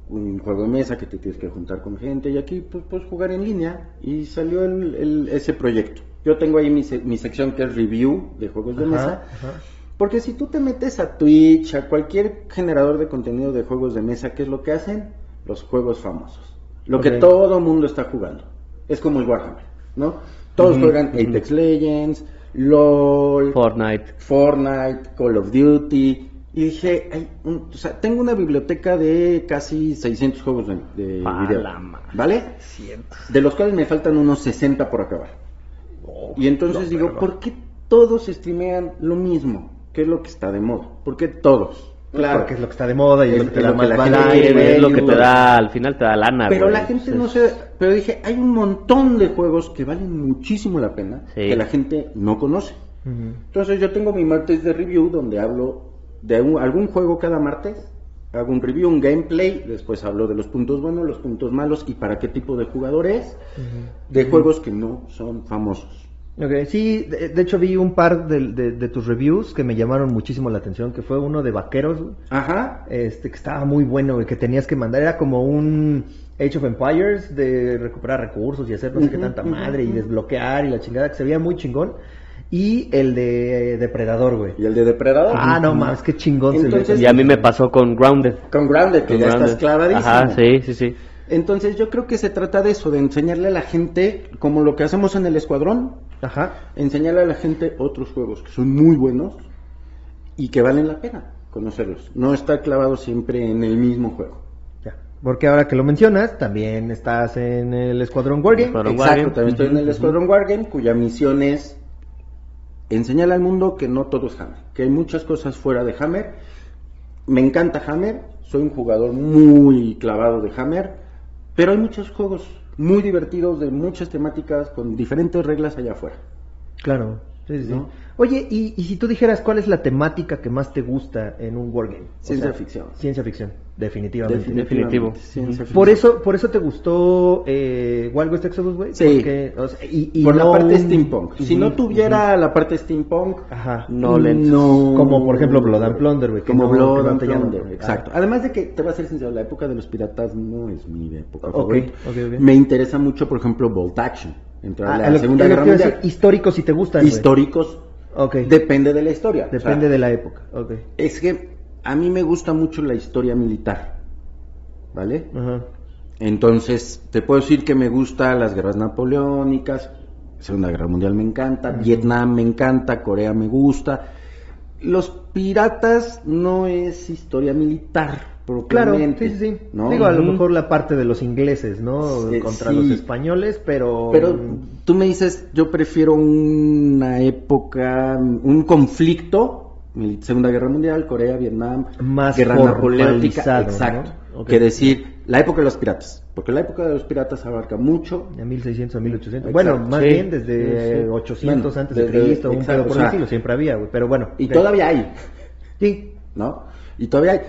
un juego de mesa que te tienes que juntar con gente y aquí pues puedes jugar en línea y salió el- el- ese proyecto. Yo tengo ahí mi, se- mi sección que es review de juegos de
Ajá,
mesa,
ajá.
porque si tú te metes a Twitch, a cualquier generador de contenido de juegos de mesa, ¿qué es lo que hacen? Los juegos famosos. Lo que
Ok.
todo mundo está jugando. Es como el Warhammer, ¿no? Todos
Ujú,
juegan Apex Legends, LOL,
Fortnite.
Fortnite, Call of Duty. Y dije, "Ay, un- o sea, tengo una biblioteca de casi 600 juegos de, de
Pa'
video.
la madre.
¿Vale? De los cuales me faltan unos 60 por acabar. Y entonces
no,
digo,
pero-
¿por qué todos streamean lo mismo? ¿Qué es lo que está de moda? ¿Por qué todos?
Porque es lo que está de moda y es,
Es-
lo que te
es
da
lo que
más
la gente
valor.
quiere ver.
Es lo que te
güey.
da, al final te da
Ah,
lana,
Pero
güey.
la gente no
Entonces,
se... Pero dije, hay un montón de juegos que valen muchísimo la pena,
Sí.
que la gente no conoce.
Ujú.
Entonces yo tengo mi martes de review donde hablo de un- algún juego cada martes, hago un review, un gameplay, después hablo de los puntos buenos, los puntos malos y para qué tipo de jugadores, de juegos que no son famosos.
Ok, sí, de, de hecho vi un par de, de- de tus reviews que me llamaron muchísimo la atención, que fue uno de vaqueros, güey,
Ajá.
este, que estaba muy bueno, güey, que tenías que mandar, era como un Age of Empires de recuperar recursos y hacer no sé qué
Ujú,
tanta
ujú,
madre y
ujú.
desbloquear y la chingada, que se veía muy chingón, y el de Depredador, güey.
Y el de Depredador.
Ah, no mames, qué chingón se
Entonces-
ve.
Y a mí me pasó con Grounded.
Con Grounded, que
Con
ya
Grounded.
estás clavadísimo.
Ajá, sí, sí, sí.
Entonces yo creo que se trata de eso, de enseñarle a la gente, como lo que hacemos en el escuadrón,
Ajá.
enseñarle a la gente otros juegos que son muy buenos y que valen la pena conocerlos. No estar clavado siempre en el mismo juego.
Ya. Porque ahora que lo mencionas, también estás en el Escuadrón Wargame.
Escuadrón.
Exacto,
Wargame.
también estoy en el Escuadrón Wargame, cuya misión es enseñar al mundo que no todo es Hammer, que hay muchas cosas fuera de Hammer. Me encanta Hammer, soy un jugador muy clavado de Hammer, pero hay muchos juegos muy divertidos de muchas temáticas con diferentes reglas allá afuera.
Claro. Sí, sí, sí.
¿No?
Oye, y, y si tú dijeras cuál es la temática que más te gusta en un wargame? O
Ciencia
sea,
ficción.
Ciencia ficción, definitivamente.
Defini- Definitivo.
Ciencia
Por
ficción.
eso, por eso te gustó eh, Wild West Exodus, güey.
Sí.
Porque, o sea, y, y
Por
no
la parte
un-
steampunk. Si no
Ujú,
tuviera la parte steampunk,
Ajá.
No le entras.
No.
Como, por ejemplo, Blood and Plunder, güey, que
Como
no-
Blood
que no
and
te llaman. Ah,
Plunder, exacto. Además de que, te voy a ser sincero, la época de los piratas no es mi época
Ok,
favorita.
ok, ok.
Me interesa mucho, por ejemplo, Bolt Action. Entrar
Ah,
a
a
la
lo-
Segunda
es lo
Guerra
que iba a decir,
Mundial.
históricos si te gustan, güey.
Históricos.
Ok.
Depende de la historia.
Depende
O sea,
de la época. Ok.
Es que a mí me gusta mucho la historia militar. ¿Vale?
Ajá.
Entonces, te puedo decir que me gusta las guerras napoleónicas, Segunda Guerra Mundial me encanta, Vietnam me encanta, Corea me gusta. Los piratas no es historia militar,
Claro,
propiamente.
sí, sí, sí.
¿no?
Digo, a lo
Ujú.
mejor la parte de los ingleses, ¿no?
Sí,
Contra
sí.
los españoles, pero...
Pero tú me dices, yo prefiero una época, un conflicto, mil- Segunda Guerra Mundial, Corea, Vietnam,
Más
Guerra
formalizado,
Napoleónica, exacto,
¿no? Ok.
que decir la época de los piratas, porque la época de los piratas abarca mucho
A 1600 a 1800.
Exacto,
Bueno, más
sí.
bien desde
Sí, sí.
800
Bueno,
antes de
desde-
Cristo, un
exacto,
pedo por
o sea,
el estilo, siempre había, güey. Pero bueno.
y
ok.
todavía hay,
Sí.
¿no? Y todavía hay.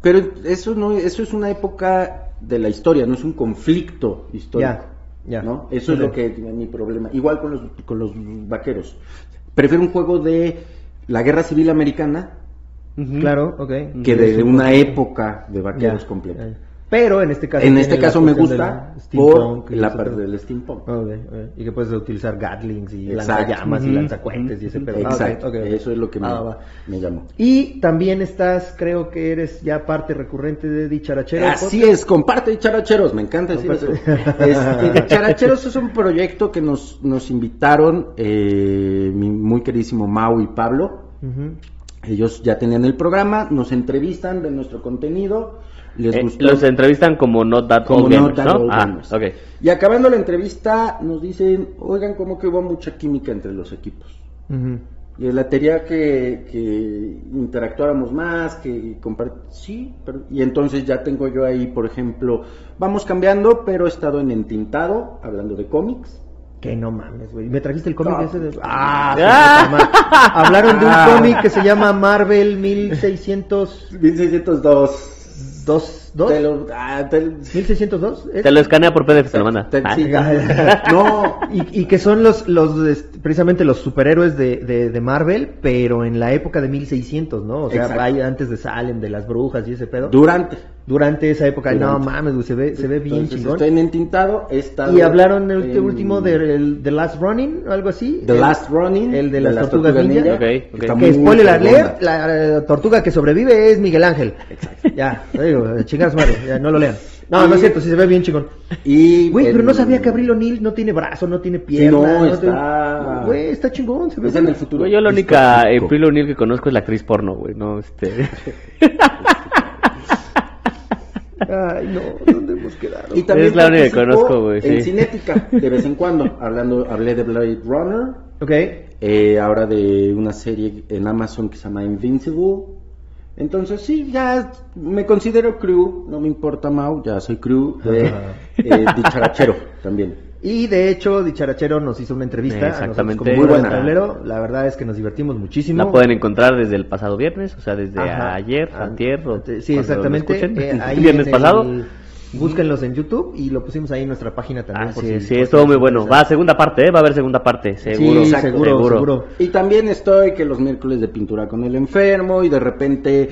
Pero eso no eso es una época de la historia, no es un conflicto histórico.
Ya, ya.
¿no? Eso es
Ok.
lo que es mi problema. Igual con los con los vaqueros. Prefiero un juego de la Guerra Civil Americana
Ujú. Eh,
Claro, ok. Sí,
que de
sí,
una
porque-
época de vaqueros
ya,
completa.
ya. Pero en este caso.
En
tiene
este
la
caso me
cuestión
gusta
del steampunk
por
y Ah,
la
ese
parte
pedo.
del steampunk.
Ok, ok. Y que puedes utilizar gatlings y
Exacto.
lanzallamas y
Ujú.
lanzacuentes y ese pedo. Ah, ok,
Exacto.
ok, ok.
Eso es lo que me,
Va, va, va.
me llamó.
Y también estás, creo que eres ya parte recurrente de Dicharachero.
Así es, comparte Characheros, me encanta decir eso.
Comparte.
Este, Characheros es un proyecto que nos, nos invitaron eh, mi muy queridísimo Mau y Pablo.
Ujú.
Ellos ya tenían el programa, nos entrevistan de nuestro contenido, les
Eh,
gustó.
los entrevistan como Not That
Como
Old
no
Gamers,
tan
¿no?
old
Ah,
gamers.
ok.
Y acabando la entrevista nos dicen, oigan, como que hubo mucha química entre los equipos.
Ujú.
Y latería que, que interactuáramos más, que compart- Sí, pero- y entonces ya tengo yo ahí, por ejemplo, vamos cambiando, pero he estado en Entintado, hablando de cómics.
Que no mames, güey. ¿Me trajiste el cómic
No.
ese de.? ¡Ah! su puta madre. Hablaron de
Ah.
un cómic que se llama Marvel 1602.
1602.
¿dos?
Te lo- ah, te lo-
¿1602? ¿Es?
Te lo escanea por PDF, te lo manda.
Te-
Ah,
sí. No,
Y, y que son los, los este, precisamente los superhéroes de, de, de Marvel, pero en la época de 1600, ¿no? O sea,
Exacto.
hay antes de Salem, de las brujas y ese pedo.
durante.
Durante esa época, no
Durante.
mames, güey, se ve, se ve bien
Entonces,
chingón.
Estoy en Entintado, he estado
Y hablaron el ulti-
en-
último de el- The Last Running o algo así.
The
El-
Last Running.
El de las tortugas ninja.
Ok, ok.
Está
Que
muy
spoiler
cabrona.
alert, la, la tortuga que sobrevive es Miguel Ángel. Ya, te digo, eh, chingas madre, ya no lo lean. No, no es cierto, sí se ve bien chingón.
Y
Güey, pero
el-
no sabía que Abril O'Neill no tiene brazo, no tiene pierna.
no,
tiene-
está-
Güey, está chingón, se ve
Es en el
bien.
futuro.
Güey, yo la única eh,
Distópico.
April O'Neil que conozco es la actriz porno, güey. No, este.
Ay, no, ¿dónde hemos quedado?
Y también
Es la única que
participo
conozco, güey,
En
sí.
Cinética, de vez en cuando. Hablando, hablé de Blade Runner.
Ok,
eh, ahora de una serie en Amazon que se llama Invincible. Entonces, sí, ya me considero crew. No me importa, Mau. Ya soy crew de
Ajá.
eh, dicharachero también.
y de hecho, Dicharachero nos hizo una entrevista. a nosotros
Exactamente.
como
Muy
Fuera del
buena.
Tablero. La verdad es que nos divertimos muchísimo.
La pueden encontrar desde el pasado viernes, o sea, desde
Ajá.
ayer,
Ah,
antier, o
ante-
cuando
Sí,
lo
exactamente.
escuchen.
eh, ahí
viernes
en el-
pasado.
Búsquenlos en YouTube y lo pusimos ahí en nuestra página también.
Ah,
por
sí,
si-
sí,
por si
estuvo
les
muy bueno. Va
interesa.
a segunda parte, ¿eh? va a haber segunda parte, seguro.
Sí,
Exacto.
seguro, seguro.
Seguro.
Y también estoy que los miércoles de pintura con el enfermo y de repente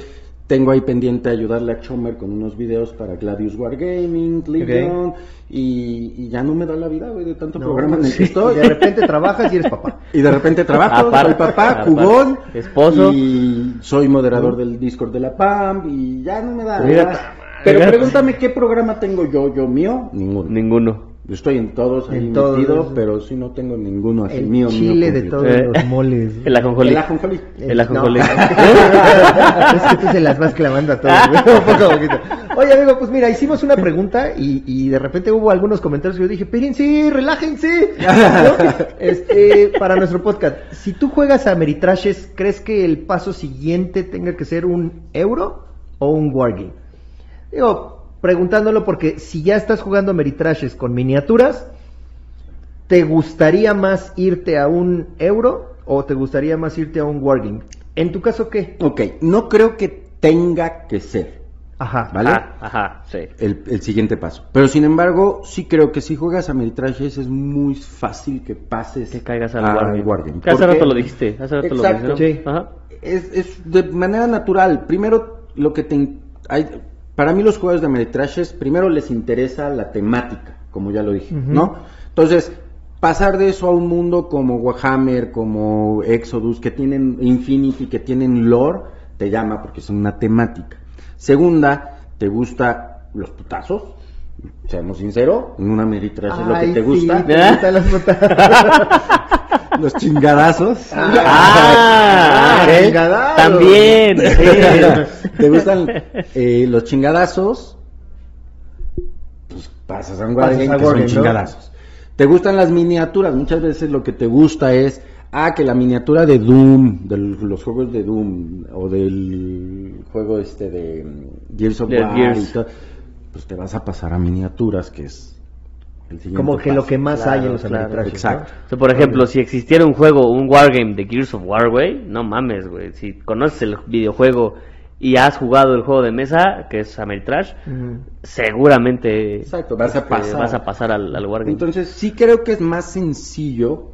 tengo ahí pendiente ayudarle a Chomer con unos videos para Gladius Wargaming, Legion y, y ya no me da la vida, güey, de tanto
No,
programa en el
sí,
que estoy.
De repente trabajas y eres papá.
Y de repente trabajo,
Aparte,
soy papá,
aparte,
jugón,
esposo.
y soy moderador del Discord de la PAM y ya no me da.
Mira,
más.
ta madre.
Pero pregúntame qué programa tengo yo, yo mío. Ninguno.
Ninguno.
Yo estoy en todos ahí
En todos.
metido, pero sí no tengo ninguno así
El
mío. mío
chile de
completo.
todos
Eh,
los moles.
El ajonjolí.
El ajonjolí.
el ajonjolí.
es que tú se las vas clavando a todos, güey, poco a poquito. Oye, amigo, pues mira, hicimos una pregunta y, y de repente hubo algunos comentarios que yo dije, espérense, relájense. ¿no? Este, para nuestro podcast, si tú juegas a Meritrashes, ¿crees que el paso siguiente tenga que ser un euro o un wargame? Digo, preguntándolo porque si ya estás jugando Meritrashes con miniaturas, ¿te gustaría más irte a un euro o te gustaría más irte a un wargame? En tu caso, ¿qué?
Ok, no creo que tenga que ser,
Ajá.
¿vale?
Ah, ajá, sí.
El, el siguiente paso. Pero sin embargo, sí creo que si juegas a Meritrashes es muy fácil que pases.
Que caigas al
a
guardia.
Wargame.
Que hace
Ah, ¿Por qué?
rato lo dijiste, hace rato
Exacto.
lo
Sí.
dijiste. ¿no? Ajá.
es, es de manera natural. Primero, lo que te. in- hay- para mí, los juegos de Ameritrashes, primero les interesa la temática, como ya lo dije,
Ujú.
¿no? Entonces, pasar de eso a un mundo como Warhammer, como Exodus, que tienen Infinity, que tienen lore, te llama porque es una temática. Segunda, te gusta los putazos. Seamos sinceros, en una Ameritrash es lo que
Ay,
te
sí,
gusta.
te gustan las botas.
Los chingadazos.
Ah,
Ah,
¿eh?
chingadazo.
También. sí.
¿Te gustan eh, los chingadazos? Pues pasas a un
Pasas
guardián
a
que son
Wargame, ¿no?
chingadazos. ¿Te gustan las miniaturas? Muchas veces lo que te gusta es, ah, que la miniatura de Doom, de los juegos de Doom, o del juego este de mm, Gears of
De
War,
Gears.
y todo, pues te vas a pasar a miniaturas, que es el siguiente
Como que lo
paso.
que más hay en los
claro,
Ameritrashes,
exacto.
O sea, por ejemplo, si existiera un juego, un wargame de Gears of War, güey, no mames, güey. Si conoces el videojuego y has jugado el juego de mesa, que es Ameritrash,
¿no? Ujú.
seguramente
Exacto, vas a
este,
pasar.
vas a pasar al, al wargame.
Entonces sí creo que es más sencillo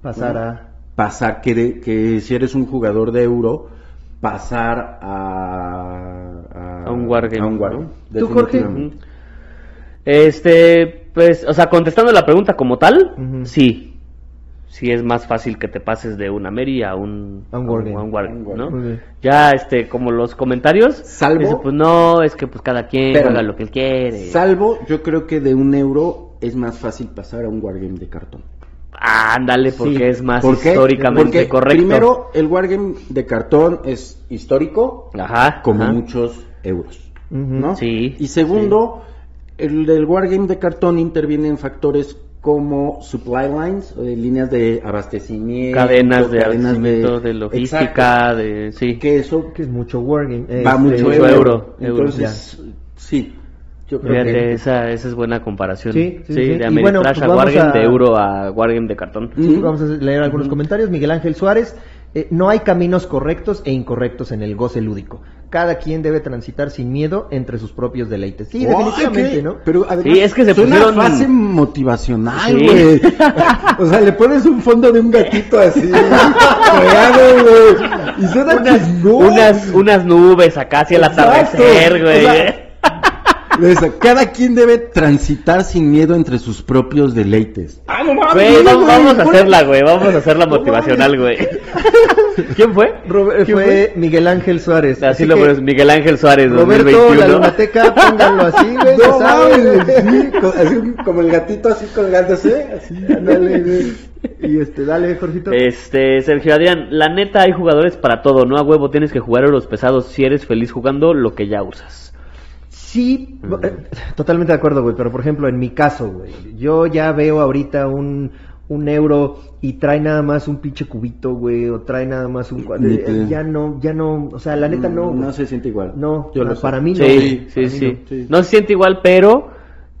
Pasar a...
pasar que, de- que si eres un jugador de euro pasar a
A un wargame.
a un wargame,
¿Tú, Jorge?
definitivamente.
Este, pues, o sea, contestando la pregunta como tal,
Ujú.
sí. Sí es más fácil que te pases de una Mary a un,
A un wargame.
wargame,
A un
¿no?
wargame. Ok.
Ya, este, como los comentarios.
Salvo-
dice, pues no, es que pues cada quien
Pero-
juega lo que él quiere.
salvo yo creo que de un euro es más fácil pasar a un wargame de cartón
Ándale, porque
Sí,
es más
¿Por qué?
históricamente
Porque
correcto.
primero el wargame de cartón es histórico
Ajá,
como
ajá.
muchos euros
Ujú.
¿no?
Sí,
y segundo el del wargame de cartón intervienen factores como supply lines, eh, líneas de abastecimiento,
Cadenas de
cadenas
abastecimiento, de, logística,
Exacto,
de... Sí.
que eso
que es mucho este, working.
va mucho
mucho
euro.
euro, euro,
Entonces, sí, yo creo
Fíjate,
que
esa, esa es buena comparación.
Sí, sí, sí.
de
Y bueno,
Ameritrash
pues
a
vamos
Wargame,
a-
de euro a Wargame de cartón.
Sí, Vamos a leer algunos comentarios. Miguel Ángel Suárez. eh, no hay caminos correctos e incorrectos en el goce lúdico. Cada quien debe transitar sin miedo entre sus propios deleites. Sí,
Oh,
definitivamente,
¿qué?
¿no?
Pero además,
Sí, es que se
suena
pusieron-
una frase motivacional,
Sí.
güey. o sea, le pones un fondo de un gatito así, creado, güey. Y suena
Unas,
chingón.
unas, unas nubes acá hacia el
Exacto.
atardecer, güey.
O sea, O sea, cada quien debe transitar sin miedo entre sus propios deleites. Ah, no mames,
Güey,
no,
vamos,
güey,
vamos a
pon-
hacerla, güey. Vamos a hacerla motivacional, güey. ¿Quién fue?
Robert-
¿Quién
fue, Miguel Ángel Suárez.
Así
Así
lo
que,
pones, Miguel Ángel Suárez,
Roberto,
2021.
la lunateca, pónganlo así, güey. ya
No
sabes,
mames,
güey.
sí, co- así un- como el gatito así colgándose, así,
Ándale,
ándale,
güey. Y este, dale, Jorgito.
Este, Sergio Adrián, la neta hay jugadores para todo, no a huevo tienes que jugar euros pesados si eres feliz jugando lo que ya usas.
Sí, bo- eh, totalmente de acuerdo, güey, pero por ejemplo, en mi caso, güey, yo ya veo ahorita un, un euro y trae nada más un pinche cubito, güey, o trae nada más un cuadro,
Ni te-
ya no, ya no, o
Mm,
sea, la neta no, güey.
Mm, No se siente igual.
No,
Yo lo
pa-
sé.
para mí no.
sí,
güey,
sí,
para mí
sí.
no.
sí.
No se siente igual, pero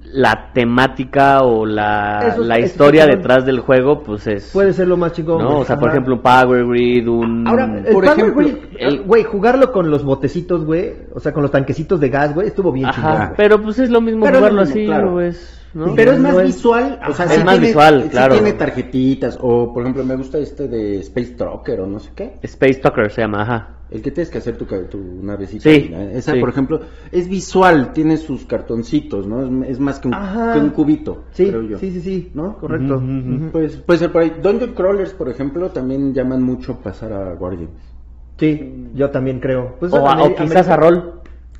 la temática o la,
Eso es-
la
eso es
historia
chingón.
detrás del juego, pues es...
Puede ser lo más chingón.
¿no?
güey,
O sea, por
ajá.
ejemplo, un Power Grid, un...
Ahora, el
por
Power
ejemplo,
Grid,
el-
güey, jugarlo con los botecitos, güey, o sea, con los tanquecitos de gas, güey, estuvo bien
Ajá,
chingón. güey.
pero pues es lo mismo
Pero es lo
jugarlo
mismo,
así,
claro.
pues, ¿no?
Pero es más
No es-
visual, o sea,
Es
sí
más
tiene-
visual,
sí
claro.
tiene tarjetitas, o por ejemplo, me gusta este de Space Trucker o no sé qué.
Space Talker se llama, ajá.
El que tienes que hacer tu, ca- tu navecita.
Sí,
¿no? Esa,
sí.
por ejemplo, es visual, tiene sus cartoncitos, ¿no? Es, es más que un,
Ajá.
que un cubito,
Sí,
creo yo.
sí, sí, sí,
¿No?
correcto.
Ujú, ujú, ujú.
Ujú.
Pues, puede ser por ahí. Dungeon Crawlers, por ejemplo, también llaman mucho pasar a Guardians.
Sí, yo también creo. Pues,
o, a- o
Ameri-
quizás
Ameri-
a Roll,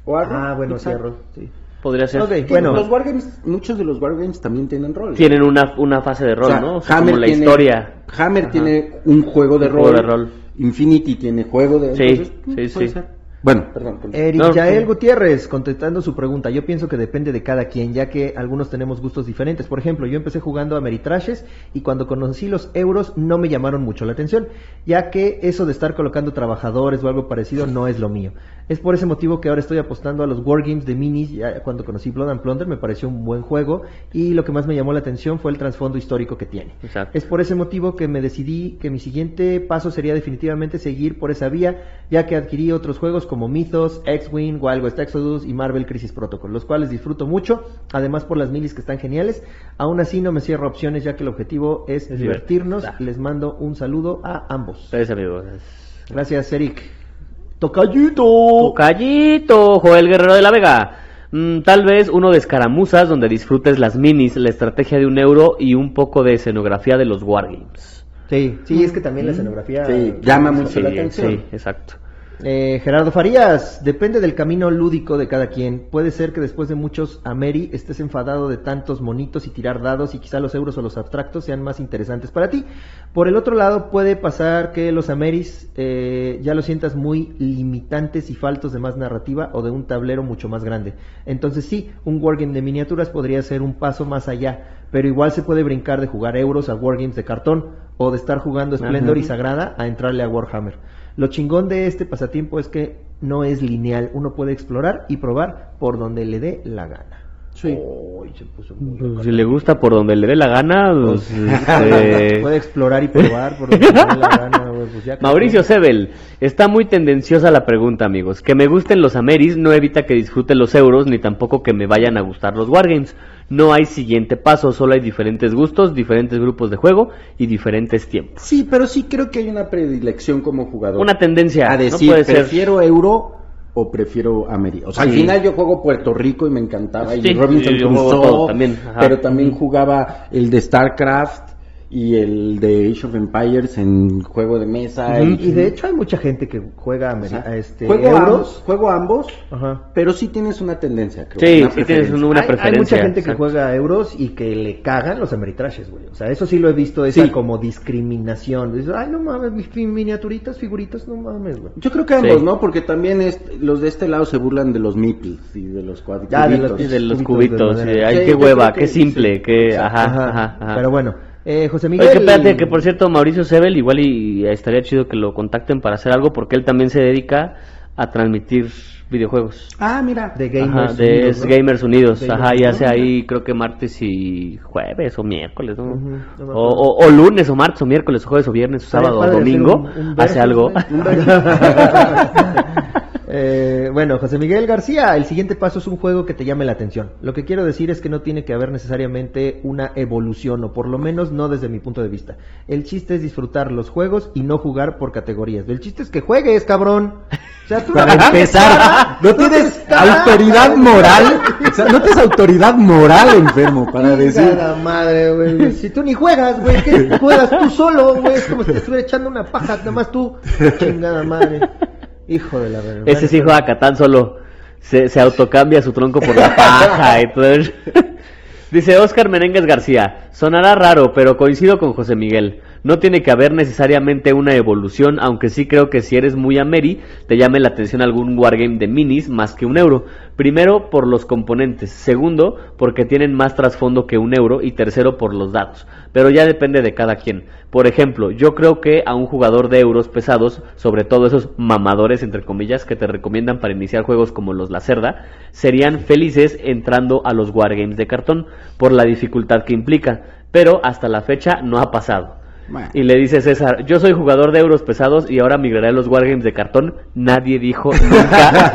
O a-
Ah, bueno, sí, a
Exacto.
Roll, sí.
podría ser.
Ok,
Que
bueno.
Los Wargames, muchos de los Wargames también tienen rol.
Tienen una, una fase de rol,
O sea,
¿no? O sea, como la
tiene-
historia.
Hammer
Ajá.
tiene un juego de
Un
rol.
juego de rol.
Infinity tiene juego de
Sí,
mm,
sí,
puede
sí.
ser. Bueno, eh, perdón. perdón.
Eric
No,
Yael
sí.
Gutiérrez, contestando su pregunta, yo pienso que depende de cada quien, ya que algunos tenemos gustos diferentes. Por ejemplo, yo empecé jugando a Meritrashes y cuando conocí los euros no me llamaron mucho la atención, ya que eso de estar colocando trabajadores o algo parecido no es lo mío. Es por ese motivo que ahora estoy apostando a los Wargames de Minis, ya cuando conocí Blood and Plunder me pareció un buen juego y lo que más me llamó la atención fue el trasfondo histórico que tiene.
Exacto.
Es por ese motivo que me decidí que mi siguiente paso sería definitivamente seguir por esa vía, ya que adquirí otros juegos como Mythos, X-Wing, Wild West Exodus y Marvel Crisis Protocol, los cuales disfruto mucho, además por las milis que están geniales. Aún así no me cierro opciones, ya que el objetivo es,
Es
divertirnos.
divertir.
Les mando un saludo a ambos.
Ustedes, amigos.
Gracias, Eric. Tocayito.
Tocallito, Joel Guerrero de la Vega. Mm, tal vez uno de escaramuzas donde disfrutes las minis, la estrategia de un euro y un poco de escenografía de los Wargames.
Sí, sí, es que también la escenografía
Sí, llama mucho
Sí,
la atención.
sí, exacto.
Eh, Gerardo Farías, depende del camino lúdico de cada quien. Puede ser que después de muchos Ameri estés enfadado de tantos monitos y tirar dados y quizá los euros o los abstractos sean más interesantes para ti. Por el otro lado, puede pasar que los Ameris eh, ya los sientas muy limitantes y faltos de más narrativa o de un tablero mucho más grande. Entonces sí, un wargame de miniaturas podría ser un paso más allá, pero igual se puede brincar de jugar euros a wargames de cartón o de estar jugando Splendor y Sagrada a entrarle a Warhammer. Lo chingón de este pasatiempo es que no es lineal, uno puede explorar y probar por donde le dé la gana.
Sí.
Ay, se puso muy loco.
Pues, Si le gusta por donde le dé la gana, pues, este,
Puede explorar y probar por donde le dé la gana, güey, pues ya que-
Mauricio Sebel, está muy tendenciosa la pregunta, amigos. Que me gusten los Ameris no evita que disfrute los euros, ni tampoco que me vayan a gustar los Wargames. No hay siguiente paso, solo hay diferentes gustos, diferentes grupos de juego y diferentes tiempos.
Sí, pero sí creo que hay una predilección como jugador.
Una tendencia,
a decir,
no puede ser.
prefiero euro o prefiero América. O sea, al
Sí.
final yo juego Puerto Rico y me encantaba.
Sí,
y Robinson
yo juego
Crusoe,
todo también, ajá.
pero también jugaba el de StarCraft. y el de Age of Empires en juego de mesa.
Ujú.
y-
Y de hecho hay mucha gente que juega
o
ameri-
sea,
a este,
juego ambos,
euros.
juego ambos,
Ajá.
pero sí tienes una tendencia. creo,
Sí,
una
sí tienes
preferencia.
un- una
Hay- hay, mucha
preferencia.
gente que
exacto.
juega a euros y que le cagan los ameritrashes, güey. O sea, eso sí lo he visto, esa
Sí.
como discriminación. Dices, ay, no mames, mis fi- miniaturitas, figuritas, no mames, güey.
Yo creo que ambos,
Sí.
¿no? Porque también es- los de este lado se burlan de los meeples y de los cuadritos.
Ah, de los-
Y de los
Cubitos de
cubitos,
madera.
sí, ay,
Sí,
qué
yo
hueva,
creo que
qué
sí.
simple, qué...
Exacto.
Ajá, ajá, ajá.
Pero bueno, eh, José Miguel.
Oye, que espérate, que por cierto, Mauricio Sebel, igual y estaría chido que lo contacten para hacer algo, porque él también se dedica a transmitir videojuegos.
Ah, mira.
De
Ajá,
Gamers.
de
Unidos,
es
¿no?
Gamers Unidos,
Gamers
ajá, y
Unidos.
hace ahí creo que martes y jueves o miércoles, ¿no?
Ujú, no me acuerdo.
o, o- o lunes o martes o miércoles o jueves o viernes o
Estaría
sábado o
padre hacer
domingo,
un- un
hace
versus,
algo.
güey. Eh, bueno, José Miguel García, el siguiente paso es un juego que te llame la atención. Lo que quiero decir es que no tiene que haber necesariamente una evolución, o por lo menos no desde mi punto de vista. El chiste es disfrutar los juegos y no jugar por categorías. El chiste es que juegues, cabrón. O sea, tú no
Para
tienes
empezar,
cara,
no tienes
cara,
autoridad
güey.
moral. O sea, no tienes autoridad moral, enfermo, para decir.
Chingada madre, güey. Si tú ni juegas, güey, ¿qué juegas tú solo, güey? Es como si te estuviera echando una paja, nada más tú. Chingada madre. Hijo de la verga.
Ese sí juega Catán solo. Se, se autocambia su tronco por la paja. entonces... Dice Oscar Menéndez García, sonará raro, pero coincido con José Miguel. No tiene que haber necesariamente una evolución, aunque sí creo que si eres muy ameri, te llame la atención algún wargame de minis más que un euro. Primero, por los componentes. Segundo, porque tienen más trasfondo que un euro. Y tercero, por los datos. Pero ya depende de cada quien. Por ejemplo, yo creo que a un jugador de euros pesados, sobre todo esos mamadores, entre comillas, que te recomiendan para iniciar juegos como los La Cerda, serían felices entrando a los wargames de cartón por la dificultad que implica. Pero hasta la fecha no ha pasado.
Bueno.
Y le dice César, yo soy jugador de euros pesados y ahora migraré a los wargames de cartón. Nadie dijo nunca.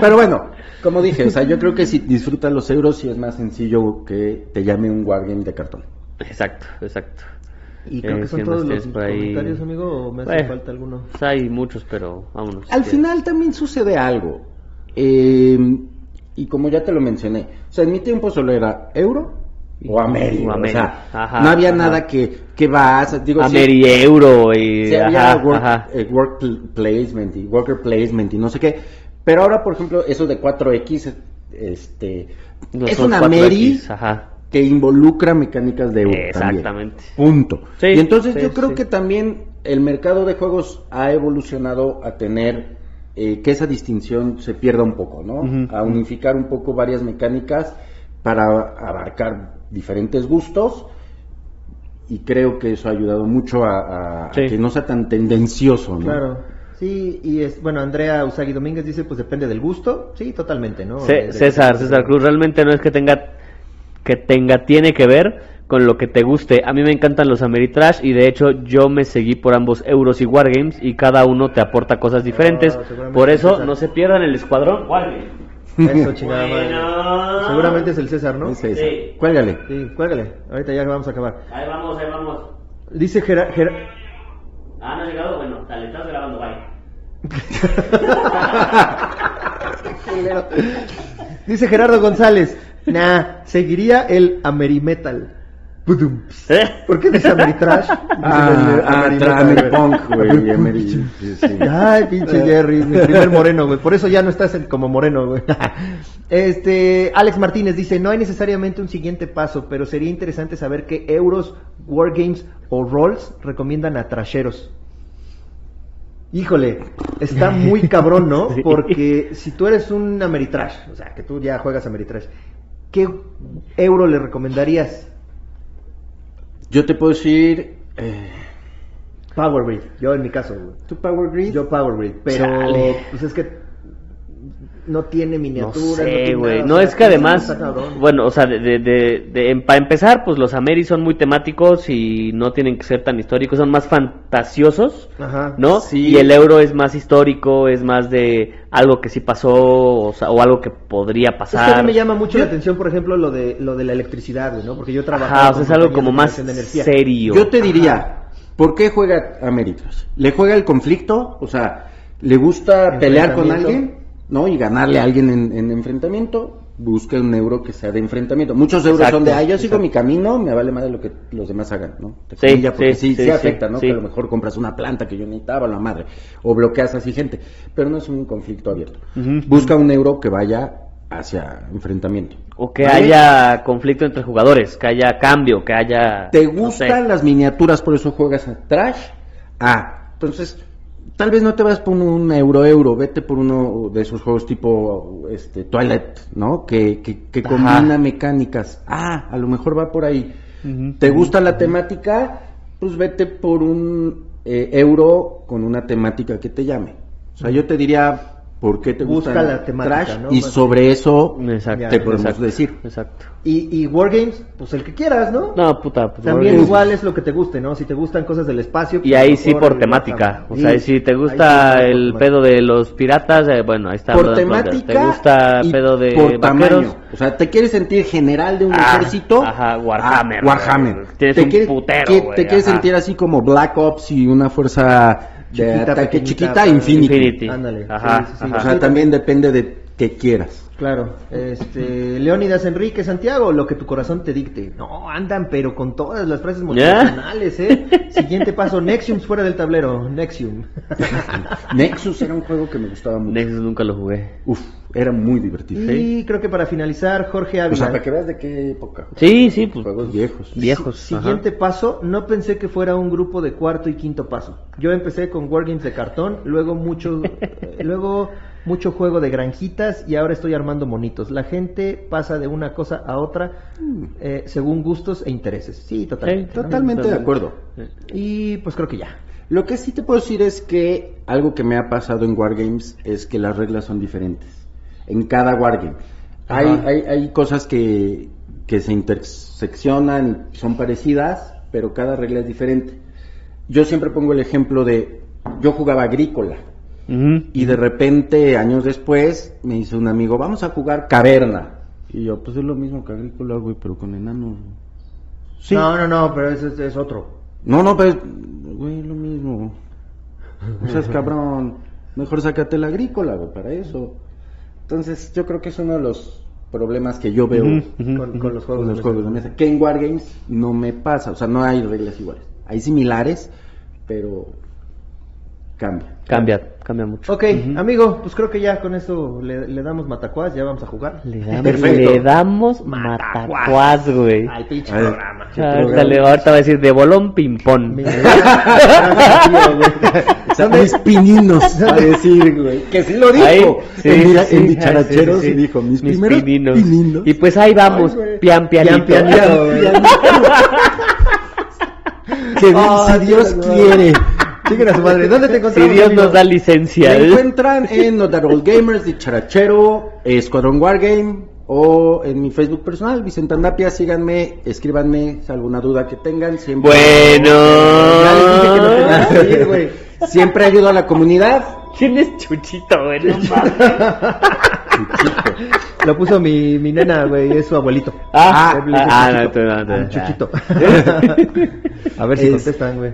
Pero bueno, como dije, o sea, yo creo que si disfrutas los euros, sí es más sencillo que te llame un wargame de cartón.
exacto, exacto.
Y creo
Eh,
que son
¿quién
todos
más
los
tienes por ahí?
comentarios, amigo, o me hace
Bueno.
falta alguno.
Pues hay muchos, pero vámonos.
Al
Sí.
final también sucede algo. Eh, y como ya te lo mencioné, o sea, en mi tiempo solo era euro o Ameri.
O
O,
Ameri.
sea,
Ajá,
no había
ajá.
nada que, que vas, digo, sí-
Ameri Euro y...
Sí, había
ajá,
work,
ajá.
eh, work pl- placement y worker placement y no sé qué. Pero ahora, por ejemplo, eso de 4X, este,
Los
es
son
una
4X,
Mary
Ajá.
que involucra mecánicas de euro.
Exactamente.
también. Punto.
Sí,
y entonces
sí,
yo creo
sí.
que también el mercado de juegos ha evolucionado a tener eh, que esa distinción se pierda un poco, ¿no?
Ujú.
A unificar un poco varias mecánicas para abarcar diferentes gustos y creo que eso ha ayudado mucho a, a- a
Sí.
que no sea tan tendencioso, ¿no?
Claro. Sí, y es, bueno, Andrea Usagi Domínguez dice, pues depende del gusto. Sí, totalmente, ¿no?
Ce-
De- de-
César, César Cruz, realmente no es que tenga, que tenga, tiene que ver con lo que te guste. A mí me encantan los Ameritrash y de hecho yo me seguí por ambos Euros y Wargames y cada uno te aporta cosas diferentes.
Ah, seguramente
por eso
César.
no se pierdan el escuadrón Wargame.
Eso, chingada madre.
Bueno.
Seguramente es el César, ¿no?
Es esa.
Sí.
Cuélgale.
Sí, cuélgale. Ahorita ya vamos a acabar.
Ahí vamos, ahí vamos.
Dice Gerardo...
Ah, no ha llegado, bueno, dale, estás grabando, bye.
Dice Gerardo González, nah, seguiría el Amerimetal. Budum. ¿Por qué dice Ameritrash?
Ah, ah,
Amerimetal,
tra- Ameripunk, güey, Ameri- sí, sí.
Ay, pinche Jerry, mi primer moreno, güey. Por eso ya no estás en- como moreno, güey. Este, Alex Martínez dice, no hay necesariamente un siguiente paso, pero sería interesante saber qué euros, wargames o rolls recomiendan a trasheros. Híjole, está muy cabrón, ¿no?
Sí.
Porque si tú eres un Ameritrash, o sea, que tú ya juegas Ameritrash, ¿qué euro le recomendarías?
Yo te puedo decir... eh,
Power Grid, yo en mi caso, güey.
¿Tu Power Grid?
Yo Power Grid, pero
Chale.
pues es que no tiene
No
miniatura.
sé,
tiene
güey.
nada,
No,
o sea,
es que además,
está cabrón.
bueno, o sea, de, de, para empezar, pues los Ameri son muy temáticos y no tienen que ser tan históricos, son más fantasiosos.
Ajá.
¿no?
Sí.
Y el euro es más histórico, es más de algo que sí pasó o, sea, o algo que podría
Es que a
pasar.
mí me llama mucho la atención, por ejemplo, lo de lo de la electricidad, güey, ¿no? Porque yo trabajo.
Ajá, o sea, es algo como más
de energía.
serio.
Yo te diría, ¿por qué juega Améritrash? ¿Le juega el conflicto? O sea, ¿le gusta pelear con
Enfrentamiento.
alguien? ¿No? Y ganarle a alguien en, en enfrentamiento. busque un euro que sea de enfrentamiento. Muchos euros
Exacto,
son de, ah, yo sigo
exacto.
mi camino, me vale madre lo que los demás hagan, ¿no? Te
Sí,
humilla porque
sí,
sí,
sí,
sí
sí,
afecta, ¿no?
sí.
Que a lo mejor compras una planta que yo necesitaba, la madre, o bloqueas así gente, pero no es un conflicto abierto.
Ujú.
Busca un euro que vaya hacia enfrentamiento.
O que
¿Vale?
haya conflicto entre jugadores, que haya cambio, que haya...
¿Te
no sé.
gustan las miniaturas, por eso juegas a Trash? Ah, entonces, tal vez no te vas por un euro euro, vete por uno de esos juegos tipo este, Twilight, ¿no? Que, que, que
Ajá.
combina mecánicas. Ah, a lo mejor va por ahí.
Ujú.
¿Te gusta la temática? Pues vete por un eh, euro con una temática que te llame. O sea, yo te diría por qué te gusta,
Busca la temática,
Trash
¿no?
y
Más
sobre eso
Exacto.
Ya,
te podemos
exacto,
decir.
Exacto.
Y, y Wargames, pues el que quieras, ¿no?
No, puta. pues,
También
ahora-
igual es lo que te guste, ¿no? Si te gustan cosas del espacio.
Y
pues,
ahí
a lo
sí
mejor
por temática. O
Sí,
sea, si te
ahí
gusta
sí por
el
temática.
pedo de los piratas, eh, bueno, ahí está.
por
Blood and Thunder.
temática
Te gusta
y
pedo de
por
vaqueros.
tamaño. O sea, te quieres sentir general de un
Ah,
ejército.
ajá, Warhammer,
Ah, Warhammer.
güey. Tienes un putero,
que-
güey,
Te quieres
ajá.
sentir así como Black Ops y una fuerza de
Chiquita,
ataque
pequeñita,
chiquita,
para-
Infinity.
Infinity.
Ándale.
Ajá,
O
ajá.
sea, también depende de qué quieras.
Claro, este, Leónidas Enrique Santiago, lo que tu corazón te dicte. No, andan, pero con todas las frases motivacionales, ¿eh? Siguiente paso, Nexium fuera del tablero, Nexium.
Nexus era un juego que me gustaba mucho.
Nexus nunca lo jugué.
Uf, era muy divertido.
Y creo que para finalizar, Jorge
O sea,
Ávila.
para que veas de qué época.
Sí, sí, pues.
Juegos viejos.
Viejos.
Si-
ajá.
Siguiente paso, no pensé que fuera un grupo de cuarto y quinto paso. Yo empecé con wargames de cartón, luego mucho, eh, luego mucho juego de granjitas y ahora estoy armando monitos. La gente pasa de una cosa a otra
Mm.
eh, según gustos e intereses. Sí, totalmente.
Sí,
¿no?
Totalmente de acuerdo.
Y pues creo que ya.
Lo que sí te puedo decir es que algo que me ha pasado en Wargames es que las reglas son diferentes. En cada Wargame. Hay,
Ajá.
hay, hay cosas que, que se interseccionan, son parecidas, pero cada regla es diferente. Yo siempre pongo el ejemplo de, yo jugaba agrícola
Ujú.
y de repente, años después, me dice un amigo, vamos a jugar caverna. Y yo, pues es lo mismo que agrícola, güey, pero con enanos. güey". Sí.
No, no, no, pero ese es, es otro.
No, no, pero, güey, lo mismo. No seas cabrón. Mejor sácate la agrícola, güey, para eso. Entonces, yo creo que es uno de los problemas que yo veo
Ujú, ujú.
Con, con los
con
juegos.
los
de
juegos de mesa. Que en Wargames no me pasa. O sea, no hay reglas iguales. Hay similares, pero cambia.
Cambia, cambia mucho.
Ok, amigo, pues creo que ya con esto le, le damos matacuás, ya vamos a jugar.
Le damos,
Perfecto.
le damos
Matacuás.
matacuás, güey.
Al pinche
Ay.
programa.
Qué
Ah,
programa.
dale, ahorita va a decir de bolón ping-pong.
Están mis pininos a decir, güey. Que sí lo dijo.
Ahí, sí,
en, mira-
sí,
en
sí,
Dicharacheros
sí, sí,
y dijo, mis,
mis
primeros
pininos.
pininos.
Y pues ahí vamos,
Ay, güey.
pian pianito.
Pian pianito, güey.
Que
Oh,
Ay,
si Dios
Dios,
quiere.
Chinguen a su madre. ¿Dónde te
Si
encontramos?
Dios
amigo?
nos da licencia.
Me
¿eh?
encuentran en Notarol Gamers, Dicharachero, Escuadrón Wargame o en mi Facebook personal, Vicente Andapia. Síganme, escríbanme alguna duda que tengan. Siempre,
Ya les dije que nos
Bueno.
teníamos que ir, güey.
siempre ayudo a la comunidad.
¿Quién es Chuchito, güey? No mames.
Lo puso mi, mi nena, güey, es su abuelito.
Ah,
Le dice
ah,
Chuchito.
no, tú no, tú no.
Ah, Chuchito. A ver
Es-
si contestan, güey.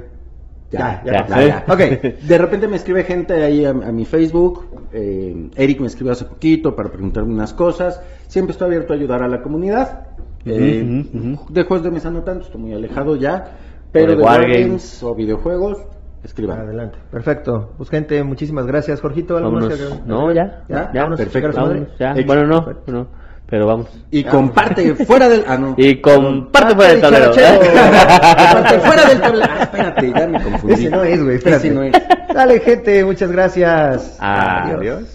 Ya,
Ya,
ya,
ya,
ya,
sí.
ya. Ok, de repente me escribe gente ahí a, a mi Facebook. eh, Eric me escribió hace poquito para preguntarme unas cosas. Siempre estoy abierto a ayudar a la comunidad. Eh,
Ujú, ujú, ujú.
De juegos de mesa no tanto, estoy muy alejado ya. Pero
de
de,
wargames.
wargames o videojuegos, escriban.
Adelante. Perfecto. Pues, gente, muchísimas gracias, Jorgito. ¿algo más que
Vámonos.
agregar?
No, ya.
Ya,
Ya,
vámonos, chingar
perfecto.
a su madre.
Vámonos, ya.
Ex-
Bueno, no, no. Pero vamos.
Y comparte fuera del. Ah, no.
Y comparte por el tablero.
Comparte fuera del tablero. Ah, espérate, ya me confundí.
Ese no es, güey, espérate.
Ese no es.
Dale, gente, muchas gracias.
Adiós.